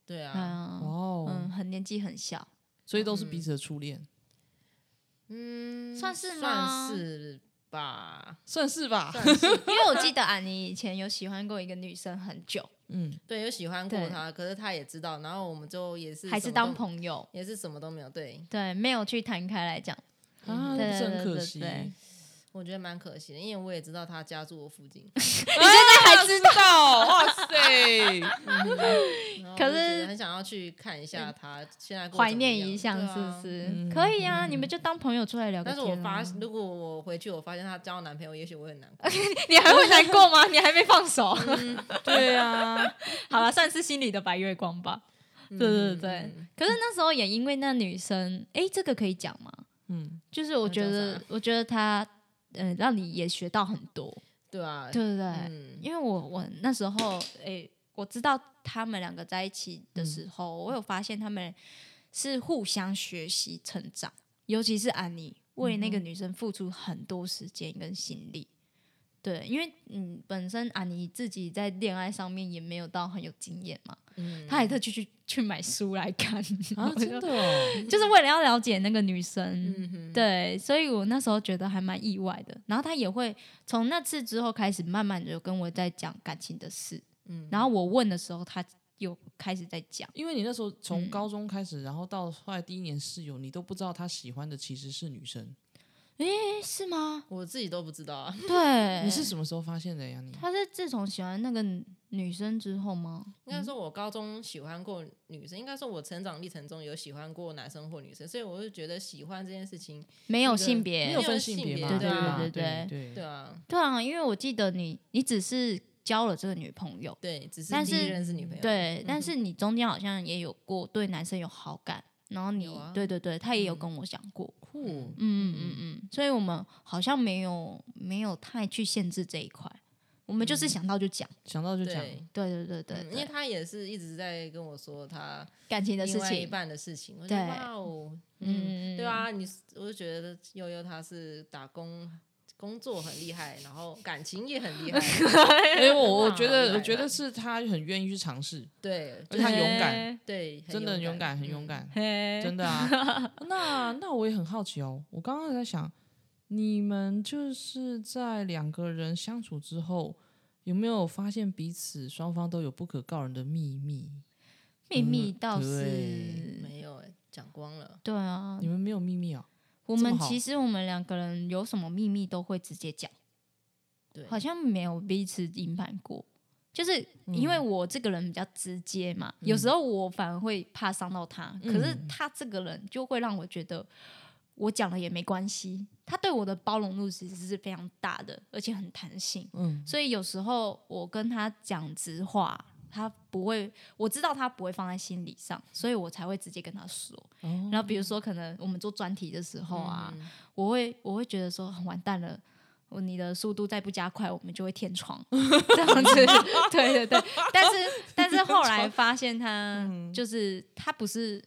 [SPEAKER 4] 对
[SPEAKER 1] 对
[SPEAKER 4] 啊，
[SPEAKER 1] 啊，嗯，
[SPEAKER 3] 哦，
[SPEAKER 1] 很年纪很小，
[SPEAKER 3] 所以都是彼此的初恋，
[SPEAKER 4] 嗯，
[SPEAKER 1] 算是吗
[SPEAKER 4] 算是吧，
[SPEAKER 3] 算是吧？
[SPEAKER 1] 因为我记得安妮以前有喜欢过一个女生很久，
[SPEAKER 3] 嗯，
[SPEAKER 4] 对，有喜欢
[SPEAKER 1] 对
[SPEAKER 4] 过他，可是他也知道，然后我们就也是
[SPEAKER 1] 还
[SPEAKER 4] 什
[SPEAKER 1] 是
[SPEAKER 4] 么
[SPEAKER 1] 当
[SPEAKER 4] 都，
[SPEAKER 1] 朋友，
[SPEAKER 4] 也是什么都没有，对
[SPEAKER 1] 对，没有去摊开来讲，
[SPEAKER 3] 啊，
[SPEAKER 1] 对
[SPEAKER 3] 那不是很
[SPEAKER 1] 对
[SPEAKER 3] 可
[SPEAKER 1] 对
[SPEAKER 3] 惜。
[SPEAKER 1] 对
[SPEAKER 4] 我觉得蛮可惜的，因为我也知道他家住我附 近，
[SPEAKER 3] 你现在还知道？哇塞！
[SPEAKER 4] 然
[SPEAKER 1] 可
[SPEAKER 4] 后我就觉得
[SPEAKER 1] 是
[SPEAKER 4] 很想要去看一下他现在过得
[SPEAKER 1] 怀
[SPEAKER 4] 怎么
[SPEAKER 1] 念
[SPEAKER 4] 样
[SPEAKER 1] 一下
[SPEAKER 4] 对
[SPEAKER 1] 是
[SPEAKER 4] 啊
[SPEAKER 1] 不是？
[SPEAKER 3] 嗯
[SPEAKER 1] 可以啊，你们就当朋友出来聊个
[SPEAKER 4] 但是
[SPEAKER 1] 天、
[SPEAKER 4] 我发
[SPEAKER 1] 啊。，
[SPEAKER 4] 如果我回去，我发现她交男朋友，也许我会很难过。
[SPEAKER 1] 你还会难过吗？你 还没放手？
[SPEAKER 3] 对啊，
[SPEAKER 1] 好了，算是心里的白月光吧。对对
[SPEAKER 4] 嗯
[SPEAKER 1] 对，可是那时候也因为那女生，哎、这个可以讲吗？
[SPEAKER 3] 嗯，
[SPEAKER 1] 就是我觉
[SPEAKER 4] 那叫
[SPEAKER 1] 得
[SPEAKER 4] 啥，
[SPEAKER 1] 我觉得她，呃，让你也学到很多，
[SPEAKER 4] 对啊，
[SPEAKER 1] 对不对？
[SPEAKER 4] 嗯，
[SPEAKER 1] 因为我我那时候，诶，我知道他们两个在一起的
[SPEAKER 3] 嗯
[SPEAKER 1] 时候，我有发现他们是互相学习成长，尤其是安妮为
[SPEAKER 3] 嗯
[SPEAKER 1] 那个女生付出很多时间跟心力。对，因为嗯，本身安妮自己在恋爱上面也没有到很有经验嘛，
[SPEAKER 4] 嗯
[SPEAKER 1] 她还特地去去买书来看，
[SPEAKER 3] 啊，
[SPEAKER 1] 我就
[SPEAKER 3] 真的哦，
[SPEAKER 1] 就是为了要了解那个女生。
[SPEAKER 4] 嗯哼，
[SPEAKER 1] 对，所以我那时候觉得还蛮意外的。然后他也会从那次之后开始，慢慢的有跟我在讲感情的事。
[SPEAKER 4] 嗯
[SPEAKER 1] 然后我问的时候，他又开始在讲。
[SPEAKER 3] 因为你那时候从
[SPEAKER 1] 嗯
[SPEAKER 3] 高中开始，然后到后来第一年室友，你都不知道他喜欢的其实是女生。
[SPEAKER 1] 哎，是吗？
[SPEAKER 4] 我自己都不知道啊，
[SPEAKER 1] 对，
[SPEAKER 3] 你是什么时候发现的呀？你
[SPEAKER 1] 他是自从喜欢那个女生之后吗？
[SPEAKER 4] 应该说我高中喜欢过女生，应该说我成长历程中有喜欢过男生或女生，所以我就觉得喜欢这件事情，
[SPEAKER 1] 没有
[SPEAKER 4] 这个
[SPEAKER 1] 性别，
[SPEAKER 3] 没
[SPEAKER 4] 没
[SPEAKER 3] 有
[SPEAKER 4] 有
[SPEAKER 3] 分
[SPEAKER 4] 性
[SPEAKER 3] 性别
[SPEAKER 4] 别
[SPEAKER 3] 嘛？
[SPEAKER 4] 对
[SPEAKER 3] 吧？
[SPEAKER 4] 啊
[SPEAKER 3] 对
[SPEAKER 1] 对对
[SPEAKER 3] 对
[SPEAKER 4] 对啊，
[SPEAKER 1] 对啊，因为我记得你，你只是交了这个女朋友，
[SPEAKER 4] 对，只是
[SPEAKER 1] 但
[SPEAKER 4] 第一
[SPEAKER 1] 是
[SPEAKER 4] 任是女朋友，
[SPEAKER 1] 对，但是
[SPEAKER 4] 嗯
[SPEAKER 1] 你中间好像也有过对男生有好感，然后你，
[SPEAKER 4] 有啊
[SPEAKER 1] 对对对，他也有跟我讲过。
[SPEAKER 3] 酷。
[SPEAKER 1] 嗯嗯嗯，嗯，所以我们好像没有没有太去限制这一块，我们就是想到就讲，
[SPEAKER 3] 想到就讲，
[SPEAKER 4] 对。
[SPEAKER 1] 对对对对
[SPEAKER 4] 嗯，因为他也是一直在跟我说他
[SPEAKER 1] 感情的
[SPEAKER 4] 另
[SPEAKER 1] 事
[SPEAKER 4] 外一
[SPEAKER 1] 情，
[SPEAKER 4] 半的事情，我觉得
[SPEAKER 1] 对
[SPEAKER 4] 哇哦，
[SPEAKER 1] 嗯，
[SPEAKER 4] 对，啊，你我就觉得悠悠他是打工工作很厉害，然后感情也很厉 害，
[SPEAKER 3] 因为哎我我
[SPEAKER 4] 哇
[SPEAKER 3] 觉
[SPEAKER 4] 厉
[SPEAKER 3] 得，
[SPEAKER 4] 害
[SPEAKER 3] 我觉得是他很愿意去尝试，
[SPEAKER 4] 对，
[SPEAKER 1] 嗯
[SPEAKER 3] 而且他勇敢，
[SPEAKER 1] 嘿，
[SPEAKER 4] 对，
[SPEAKER 3] 真的很勇敢，很勇
[SPEAKER 4] 嗯。
[SPEAKER 3] 敢，
[SPEAKER 1] 嘿
[SPEAKER 3] 真的 啊。那那我也很好奇哦，我刚刚在想，你们就是在两个人相处之后，有没有发现彼此双方都有不可告人的秘密？
[SPEAKER 1] 秘密
[SPEAKER 3] 嗯
[SPEAKER 1] 倒
[SPEAKER 3] 对
[SPEAKER 1] 是，
[SPEAKER 4] 没有哎，讲光了，
[SPEAKER 1] 对啊
[SPEAKER 3] 你，们没有秘密啊？
[SPEAKER 1] 我
[SPEAKER 3] 这么
[SPEAKER 1] 们
[SPEAKER 3] 好
[SPEAKER 1] 其实我们两个人有什么秘密都会直接讲，
[SPEAKER 4] 对，
[SPEAKER 1] 好像没有彼此隐瞒过。就是
[SPEAKER 3] 嗯
[SPEAKER 1] 因为我这个人比较直接嘛，有时候我反而会怕伤到他，
[SPEAKER 3] 嗯
[SPEAKER 1] 可是他这个人就会让我觉得我讲了也没关系，他对我的包容度其实是非常大的，而且很弹性。
[SPEAKER 3] 嗯，
[SPEAKER 1] 所以有时候我跟他讲直话，他不会，我知道他不会放在心理上，所以我才会直接跟他说。
[SPEAKER 3] 哦，嗯
[SPEAKER 1] 然后比如说，可能我们做专题的时候啊，我会我会觉得说，完蛋了。我你的速度再不加快，我们就会天窗 这样子。对对对，但是但是后来发现他就是他不是，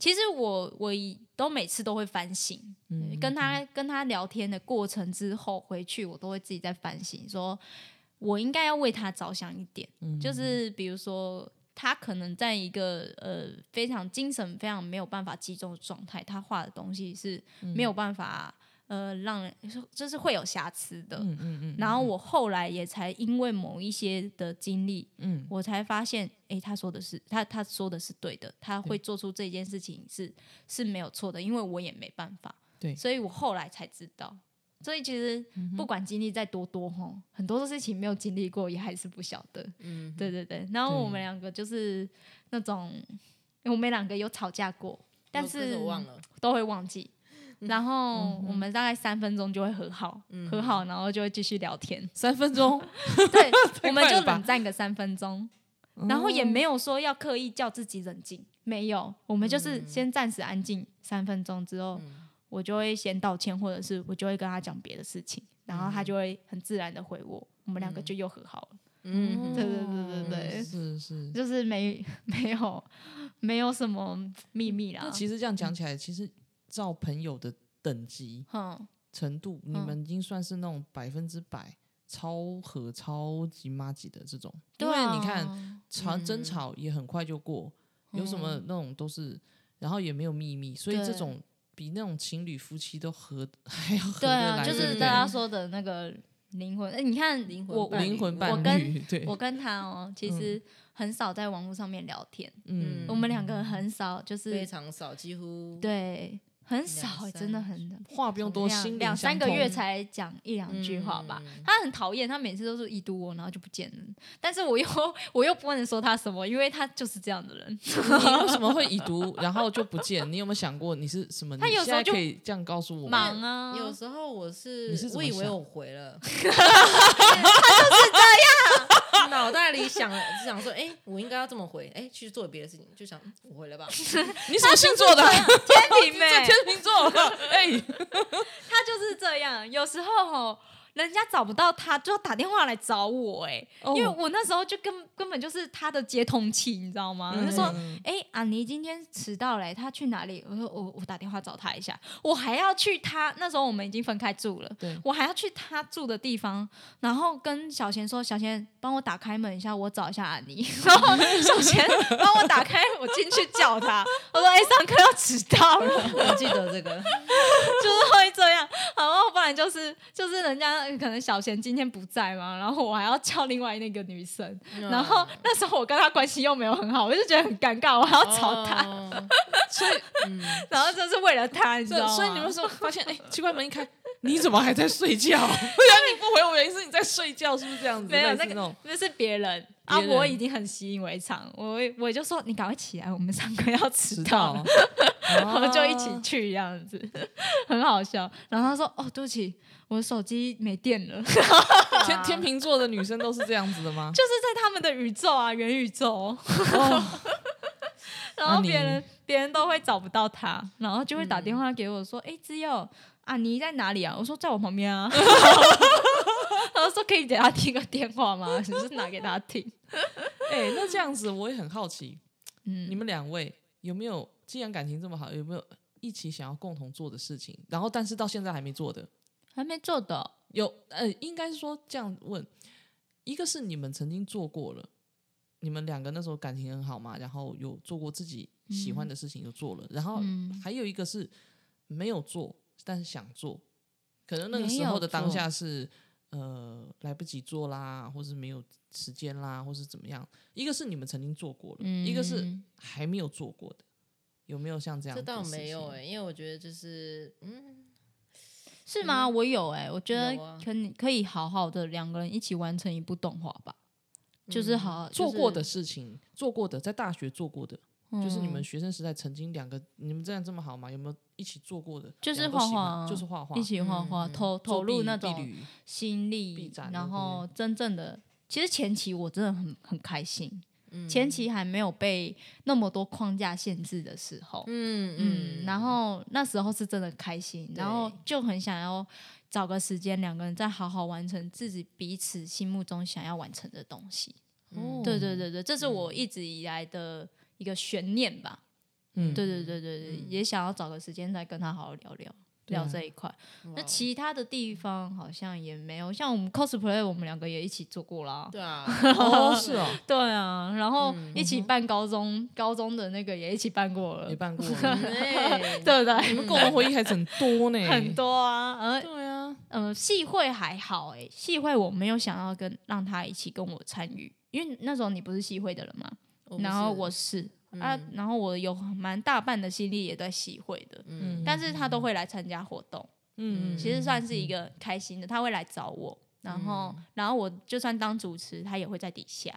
[SPEAKER 1] 其实我我以都每次都会反省，跟他跟他聊天的过程之后回去，我都会自己在反省，说我应该要为他着想一点，就是比如说。他可能在一个呃非常精神非常没有办法集中的状态，他画的东西是没有办法、呃让人就是会有瑕疵的。
[SPEAKER 3] 嗯嗯嗯，
[SPEAKER 1] 然后我后来也才因为某一些的经历，
[SPEAKER 3] 嗯
[SPEAKER 1] 我才发现，诶，他说的是他他说的是对的，他会做出这件事情是是没有错的，因为我也没办法。
[SPEAKER 3] 对
[SPEAKER 1] 所以我后来才知道。所以其实不管经历再多多吼，很多事情没有经历过，也还是不晓得。
[SPEAKER 4] 嗯，
[SPEAKER 1] 对对对。然后我们
[SPEAKER 3] 对
[SPEAKER 1] 两个就是那种，我们两个有吵架过，但
[SPEAKER 4] 有这
[SPEAKER 1] 是
[SPEAKER 4] 个我忘了，
[SPEAKER 1] 都会忘记。
[SPEAKER 3] 嗯
[SPEAKER 1] 然后我们大概三分钟就会和好，和好，然后就会继续聊天。
[SPEAKER 3] 三分钟，
[SPEAKER 1] 对，我们
[SPEAKER 3] 快
[SPEAKER 1] 就
[SPEAKER 3] 了吧哦
[SPEAKER 1] 冷战个三分钟，
[SPEAKER 3] 嗯
[SPEAKER 1] 然后也没有说要刻意叫自己冷静，没有，我
[SPEAKER 3] 嗯
[SPEAKER 1] 们就是先暂时安静三分钟之后，我就会先道歉，或者是我就会跟他讲别的事情，
[SPEAKER 3] 嗯
[SPEAKER 1] 然后他就会很自然的回我，我们两个就又和好了。
[SPEAKER 4] 嗯，
[SPEAKER 1] 对对对对对，
[SPEAKER 3] 哦是是。
[SPEAKER 1] 就是没 没有没有什么秘密啦
[SPEAKER 3] 那。其实这样讲起来，其实照朋友的等级
[SPEAKER 1] 嗯，
[SPEAKER 3] 程度，你
[SPEAKER 1] 嗯
[SPEAKER 3] 们已经算是那种百分之百超和超级妈级的这种。因
[SPEAKER 1] 对
[SPEAKER 3] 为
[SPEAKER 1] 啊
[SPEAKER 3] 你看吵
[SPEAKER 1] 嗯
[SPEAKER 3] 争吵也很快就过，有什么那种都是，然后也没有秘密，所以这
[SPEAKER 1] 对
[SPEAKER 3] 种比那种情侣夫妻都合还要合
[SPEAKER 1] 对
[SPEAKER 3] 得
[SPEAKER 1] 啊，
[SPEAKER 3] 来，
[SPEAKER 1] 就
[SPEAKER 3] 对
[SPEAKER 1] 是
[SPEAKER 3] 不
[SPEAKER 1] 大
[SPEAKER 3] 对
[SPEAKER 1] 家说的那个灵魂。哎，你看
[SPEAKER 4] 灵魂
[SPEAKER 1] 我
[SPEAKER 4] 伴
[SPEAKER 1] 我
[SPEAKER 4] 侣
[SPEAKER 3] 灵魂
[SPEAKER 1] 我
[SPEAKER 3] 伴
[SPEAKER 1] 跟
[SPEAKER 3] 侣，对，
[SPEAKER 1] 我跟他哦，其实很少在网络上面聊天，
[SPEAKER 3] 嗯
[SPEAKER 4] 嗯
[SPEAKER 1] 我们两个很少，就
[SPEAKER 4] 非
[SPEAKER 1] 是
[SPEAKER 4] 常少，几乎
[SPEAKER 1] 对，很少、欸
[SPEAKER 4] 两三
[SPEAKER 1] 真的很。
[SPEAKER 3] 话不用多，心灵
[SPEAKER 1] 两三
[SPEAKER 3] 相
[SPEAKER 1] 个月
[SPEAKER 3] 通
[SPEAKER 1] 才讲一两句话吧，
[SPEAKER 4] 嗯
[SPEAKER 1] 他很讨厌，他每次都是已读我，然后就不见了。但是我又 我又不能说他什么，因为他就是这样的人。
[SPEAKER 3] 你为什么会已读，然后就不见？你有没有想过你是什么？
[SPEAKER 1] 他有
[SPEAKER 3] 你
[SPEAKER 1] 时
[SPEAKER 3] 现
[SPEAKER 1] 候
[SPEAKER 3] 在
[SPEAKER 1] 就
[SPEAKER 3] 可以这样告诉我吗？
[SPEAKER 1] 忙啊，
[SPEAKER 4] 有时候我是
[SPEAKER 3] 你是怎
[SPEAKER 4] 我
[SPEAKER 3] 么
[SPEAKER 4] 以为
[SPEAKER 3] 想
[SPEAKER 4] 我 回了，他就是这样， 脑袋里想了就想说，哎、我应该要这么回，哎、去做别的事情，就想我回了吧，
[SPEAKER 3] 你什么星 座的？
[SPEAKER 1] 天平
[SPEAKER 3] 这
[SPEAKER 1] 欸
[SPEAKER 3] 天秤座了，哎，
[SPEAKER 1] 他就是这样。有时候哦，人家找不到他，就要打电话来找我、欸，哎、
[SPEAKER 3] 哦
[SPEAKER 1] 因为我那时候就根根本就是他的接通器，你知道吗？
[SPEAKER 3] 嗯
[SPEAKER 1] 就说哎、安妮今天迟到了，她去哪里？我说我我打电话找她一下，我还要去她那时候我们已经分开住了，
[SPEAKER 3] 对
[SPEAKER 1] 我还要去她住的地方，然后跟小贤说，小贤帮我打开门一下，我找一下安妮。 然后小贤帮我打开，我进去叫她，我说哎、上课要迟到了，
[SPEAKER 4] 我记得这个，
[SPEAKER 1] 就是会这样，然后不然就是就是人家呃可能小贤今天不在嘛，然后我还要叫另外那个女生，然后那时候我跟她关系又没有很好，我就觉得很尴尬，我还要吵她。
[SPEAKER 4] 哦
[SPEAKER 3] 所以
[SPEAKER 1] 然后就是为了他， 你知
[SPEAKER 3] 所
[SPEAKER 1] 道吗？
[SPEAKER 3] 以所以你们说发现，哎，奇怪，门一开，你怎么还在睡觉？ 对啊，你不回我原因是你在睡觉，是不是这样子？
[SPEAKER 1] 没有
[SPEAKER 3] 类似
[SPEAKER 1] 那
[SPEAKER 3] 那种
[SPEAKER 1] 个那是别人啊，
[SPEAKER 3] 别人
[SPEAKER 1] 我已经很习以为常，我我就说你赶快起来，我们上课要迟
[SPEAKER 3] 迟到
[SPEAKER 1] 到 了，，
[SPEAKER 3] 然
[SPEAKER 1] 我们就一起去这样 子，很好笑。然后他说哦，对不起，我手机没电了， 就是
[SPEAKER 3] 天天秤座的女生都是这样子的 吗？
[SPEAKER 1] 在他们的宇宙啊，元宇宙，
[SPEAKER 3] 哦
[SPEAKER 1] 然后
[SPEAKER 3] 啊你
[SPEAKER 1] 别人别人都会找不到他，然后就会打电话给我说，哎，只有啊，你在哪里啊？我说在我旁边 啊。他说可以给他听个电话吗？你是拿给他听？
[SPEAKER 3] 哎，那这样子我也很好奇，
[SPEAKER 1] 嗯
[SPEAKER 3] 你们两位有没有，既然感情这么好，有没有一起想要共同做的事情？然后，但是到现在还没做的，
[SPEAKER 1] 还没做的，
[SPEAKER 3] 有呃，应该是说这样问，一个是你们曾经做过了，你们两个那时候感情很好嘛，然后有做过自己喜欢的事情就做了，然后
[SPEAKER 1] 嗯
[SPEAKER 3] 还有一个是没有做，但是想做，可能那个
[SPEAKER 1] 没
[SPEAKER 3] 时
[SPEAKER 1] 有
[SPEAKER 3] 候的当
[SPEAKER 1] 做
[SPEAKER 3] 下是呃来不及做啦，或是没有时间啦，或是怎么样。一个是你们曾经做过了，一个是
[SPEAKER 1] 嗯
[SPEAKER 3] 还没有做过的，有没有像这样
[SPEAKER 4] 这
[SPEAKER 3] 的事情？
[SPEAKER 4] 倒没有哎、因为我觉得就是嗯，
[SPEAKER 1] 是吗？我有哎、我觉得
[SPEAKER 4] 有啊
[SPEAKER 1] 可你可以好好的两个人一起完成一部动画吧，就是好好
[SPEAKER 3] 嗯做过的，事情，做过的，在大学做过的，
[SPEAKER 1] 就
[SPEAKER 3] 就是你们
[SPEAKER 1] 嗯
[SPEAKER 3] 学生时代曾经两个，你们这样这么好吗？有没有一起做过的？
[SPEAKER 1] 就是
[SPEAKER 3] 两个都喜欢
[SPEAKER 1] 画画啊
[SPEAKER 3] 就是画画，嗯
[SPEAKER 1] 一起画画，投
[SPEAKER 3] 做
[SPEAKER 1] 投入
[SPEAKER 3] 壁
[SPEAKER 1] 那
[SPEAKER 3] 壁
[SPEAKER 1] 种
[SPEAKER 3] 旅
[SPEAKER 1] 心
[SPEAKER 3] 臂
[SPEAKER 1] 力
[SPEAKER 3] 展，那边
[SPEAKER 1] 然后真正的。其实前期我真的很很开心，
[SPEAKER 3] 嗯
[SPEAKER 1] 前期还没有被那么多框架限制的时候，
[SPEAKER 4] 嗯
[SPEAKER 1] 嗯，
[SPEAKER 4] 嗯，
[SPEAKER 1] 然后那时候是真的开心，然后
[SPEAKER 4] 对
[SPEAKER 1] 就很想要找个时间，两个人再好好完成自己彼此心目中想要完成的东西。
[SPEAKER 3] 哦
[SPEAKER 4] 嗯
[SPEAKER 1] 对对，对对，这是我一直以来的一个悬念吧。
[SPEAKER 3] 嗯
[SPEAKER 1] 对对对对对，也想要找个时间再跟他好好聊聊。
[SPEAKER 3] 对啊
[SPEAKER 1] 聊这一块。
[SPEAKER 4] 哇
[SPEAKER 1] 那其他的地方好像也没有，像我们 cosplay，我们两个也一起做过啦。
[SPEAKER 4] 对嗯啊，
[SPEAKER 3] 哦，是哦，
[SPEAKER 1] 对啊，然后一起办高中、高中的那个也一起办过了
[SPEAKER 3] 没，办 过，
[SPEAKER 1] 对不
[SPEAKER 4] 哎
[SPEAKER 3] 你
[SPEAKER 1] 对？
[SPEAKER 3] 们共同回忆还很多
[SPEAKER 4] 嗯
[SPEAKER 3] 呢，
[SPEAKER 1] 很。多啊，而
[SPEAKER 3] 对啊，
[SPEAKER 1] 呃，戏会还好哎、欸，戏会我没有想要跟让他一起跟我参与，因为那时候你不是戏会的人嘛，
[SPEAKER 4] 我不
[SPEAKER 1] 然后
[SPEAKER 4] 是
[SPEAKER 1] 我是、啊，然后我有蛮大半的心力也在戏会的，
[SPEAKER 4] 嗯
[SPEAKER 1] 但是他都会来参加活动，
[SPEAKER 3] 嗯，
[SPEAKER 1] 其实算是一个开心的，他会来找我。然后，然后我就算当主持，他也会在底下。
[SPEAKER 3] 哦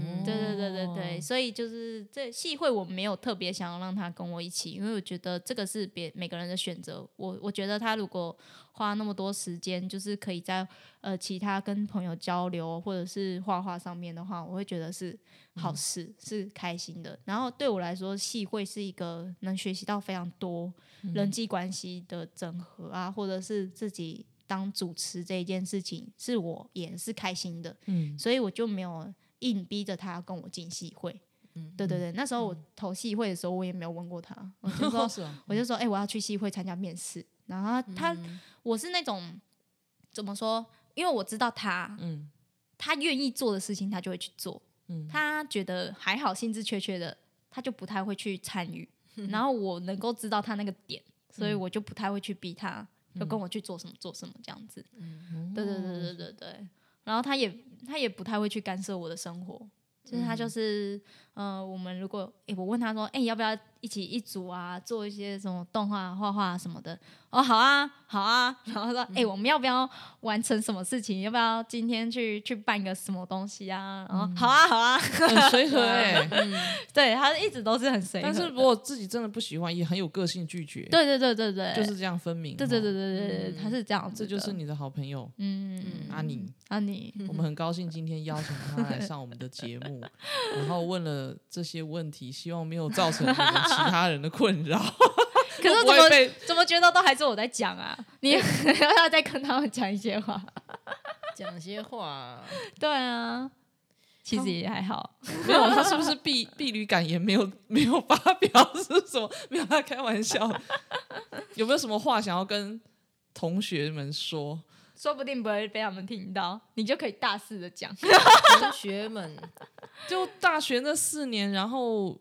[SPEAKER 1] 嗯对对对对对，所以就是这戏会我没有特别想要让他跟我一起，因为我觉得这个是别每个人的选择。我我觉得他如果花那么多时间，就是可以在呃其他跟朋友交流或者是画画上面的话，我会觉得是好事，是开心的。然后对我来说，戏会是一个能学习到非常多人际关系的整合啊，或者是自己。当主持这一件事情是我也是开心的，
[SPEAKER 3] 嗯
[SPEAKER 1] 所以我就没有硬逼着他跟我进戏会。
[SPEAKER 4] 嗯
[SPEAKER 1] 对对对，那时候我投戏会的时候，我也没有问过他，我就
[SPEAKER 3] 哦
[SPEAKER 1] 说
[SPEAKER 3] 是啊，
[SPEAKER 1] 我就说，哎、我要去戏会参加面试。然后他，
[SPEAKER 4] 嗯
[SPEAKER 1] 我是那种怎么说？因为我知道他，
[SPEAKER 3] 嗯
[SPEAKER 1] 他愿意做的事情，他就会去做。
[SPEAKER 3] 嗯
[SPEAKER 1] 他觉得还好，兴致缺缺的，他就不太会去参与。然后我能够知道他那个点，所以我就不太会去逼他，就跟我去做什么做什么这样子。对对对对对对。然后他也他也不太会去干涉我的生活，就是他就是，呃，我们如果诶，我问他说，诶，要不要一起一组啊，做一些什么动画、画画什么的？哦，好啊，好啊。然后说，诶，我们要不要完成什么事情？要不要今天去去办个什么东西啊？然后，好啊，好啊。
[SPEAKER 3] 很随和哎，
[SPEAKER 1] 对啊他一直都是很随和 的，
[SPEAKER 3] 但是如果自己真的不喜欢，也很有个性拒绝，，
[SPEAKER 1] 对对对对对，
[SPEAKER 3] 就是这样分明，
[SPEAKER 1] 对对对
[SPEAKER 3] 哦，
[SPEAKER 1] 对对对，他是这样子
[SPEAKER 3] 这
[SPEAKER 1] 的，
[SPEAKER 3] 就是你的好朋友
[SPEAKER 1] 嗯
[SPEAKER 3] 阿宁。
[SPEAKER 1] 啊你
[SPEAKER 3] 我们很高兴今天邀请他来上我们的节目，然后问了这些问题，希望没有造成你们其他人的困扰。
[SPEAKER 1] 可是
[SPEAKER 3] 不
[SPEAKER 1] 怎
[SPEAKER 3] 会
[SPEAKER 1] 么
[SPEAKER 3] 被
[SPEAKER 1] 怎么觉得都还是我在讲啊？你要再跟他们讲一些话，
[SPEAKER 4] 讲些 话，
[SPEAKER 1] 对啊，其实也还好，
[SPEAKER 3] 没有，他是不是避避旅感言没有没有发表是什么？没有，他开玩笑。 有没有什么话想要跟同学们说？
[SPEAKER 1] 说不定不会被他们听到，你就可以大肆的讲。
[SPEAKER 4] 同学们，
[SPEAKER 3] 就大学那四年，然后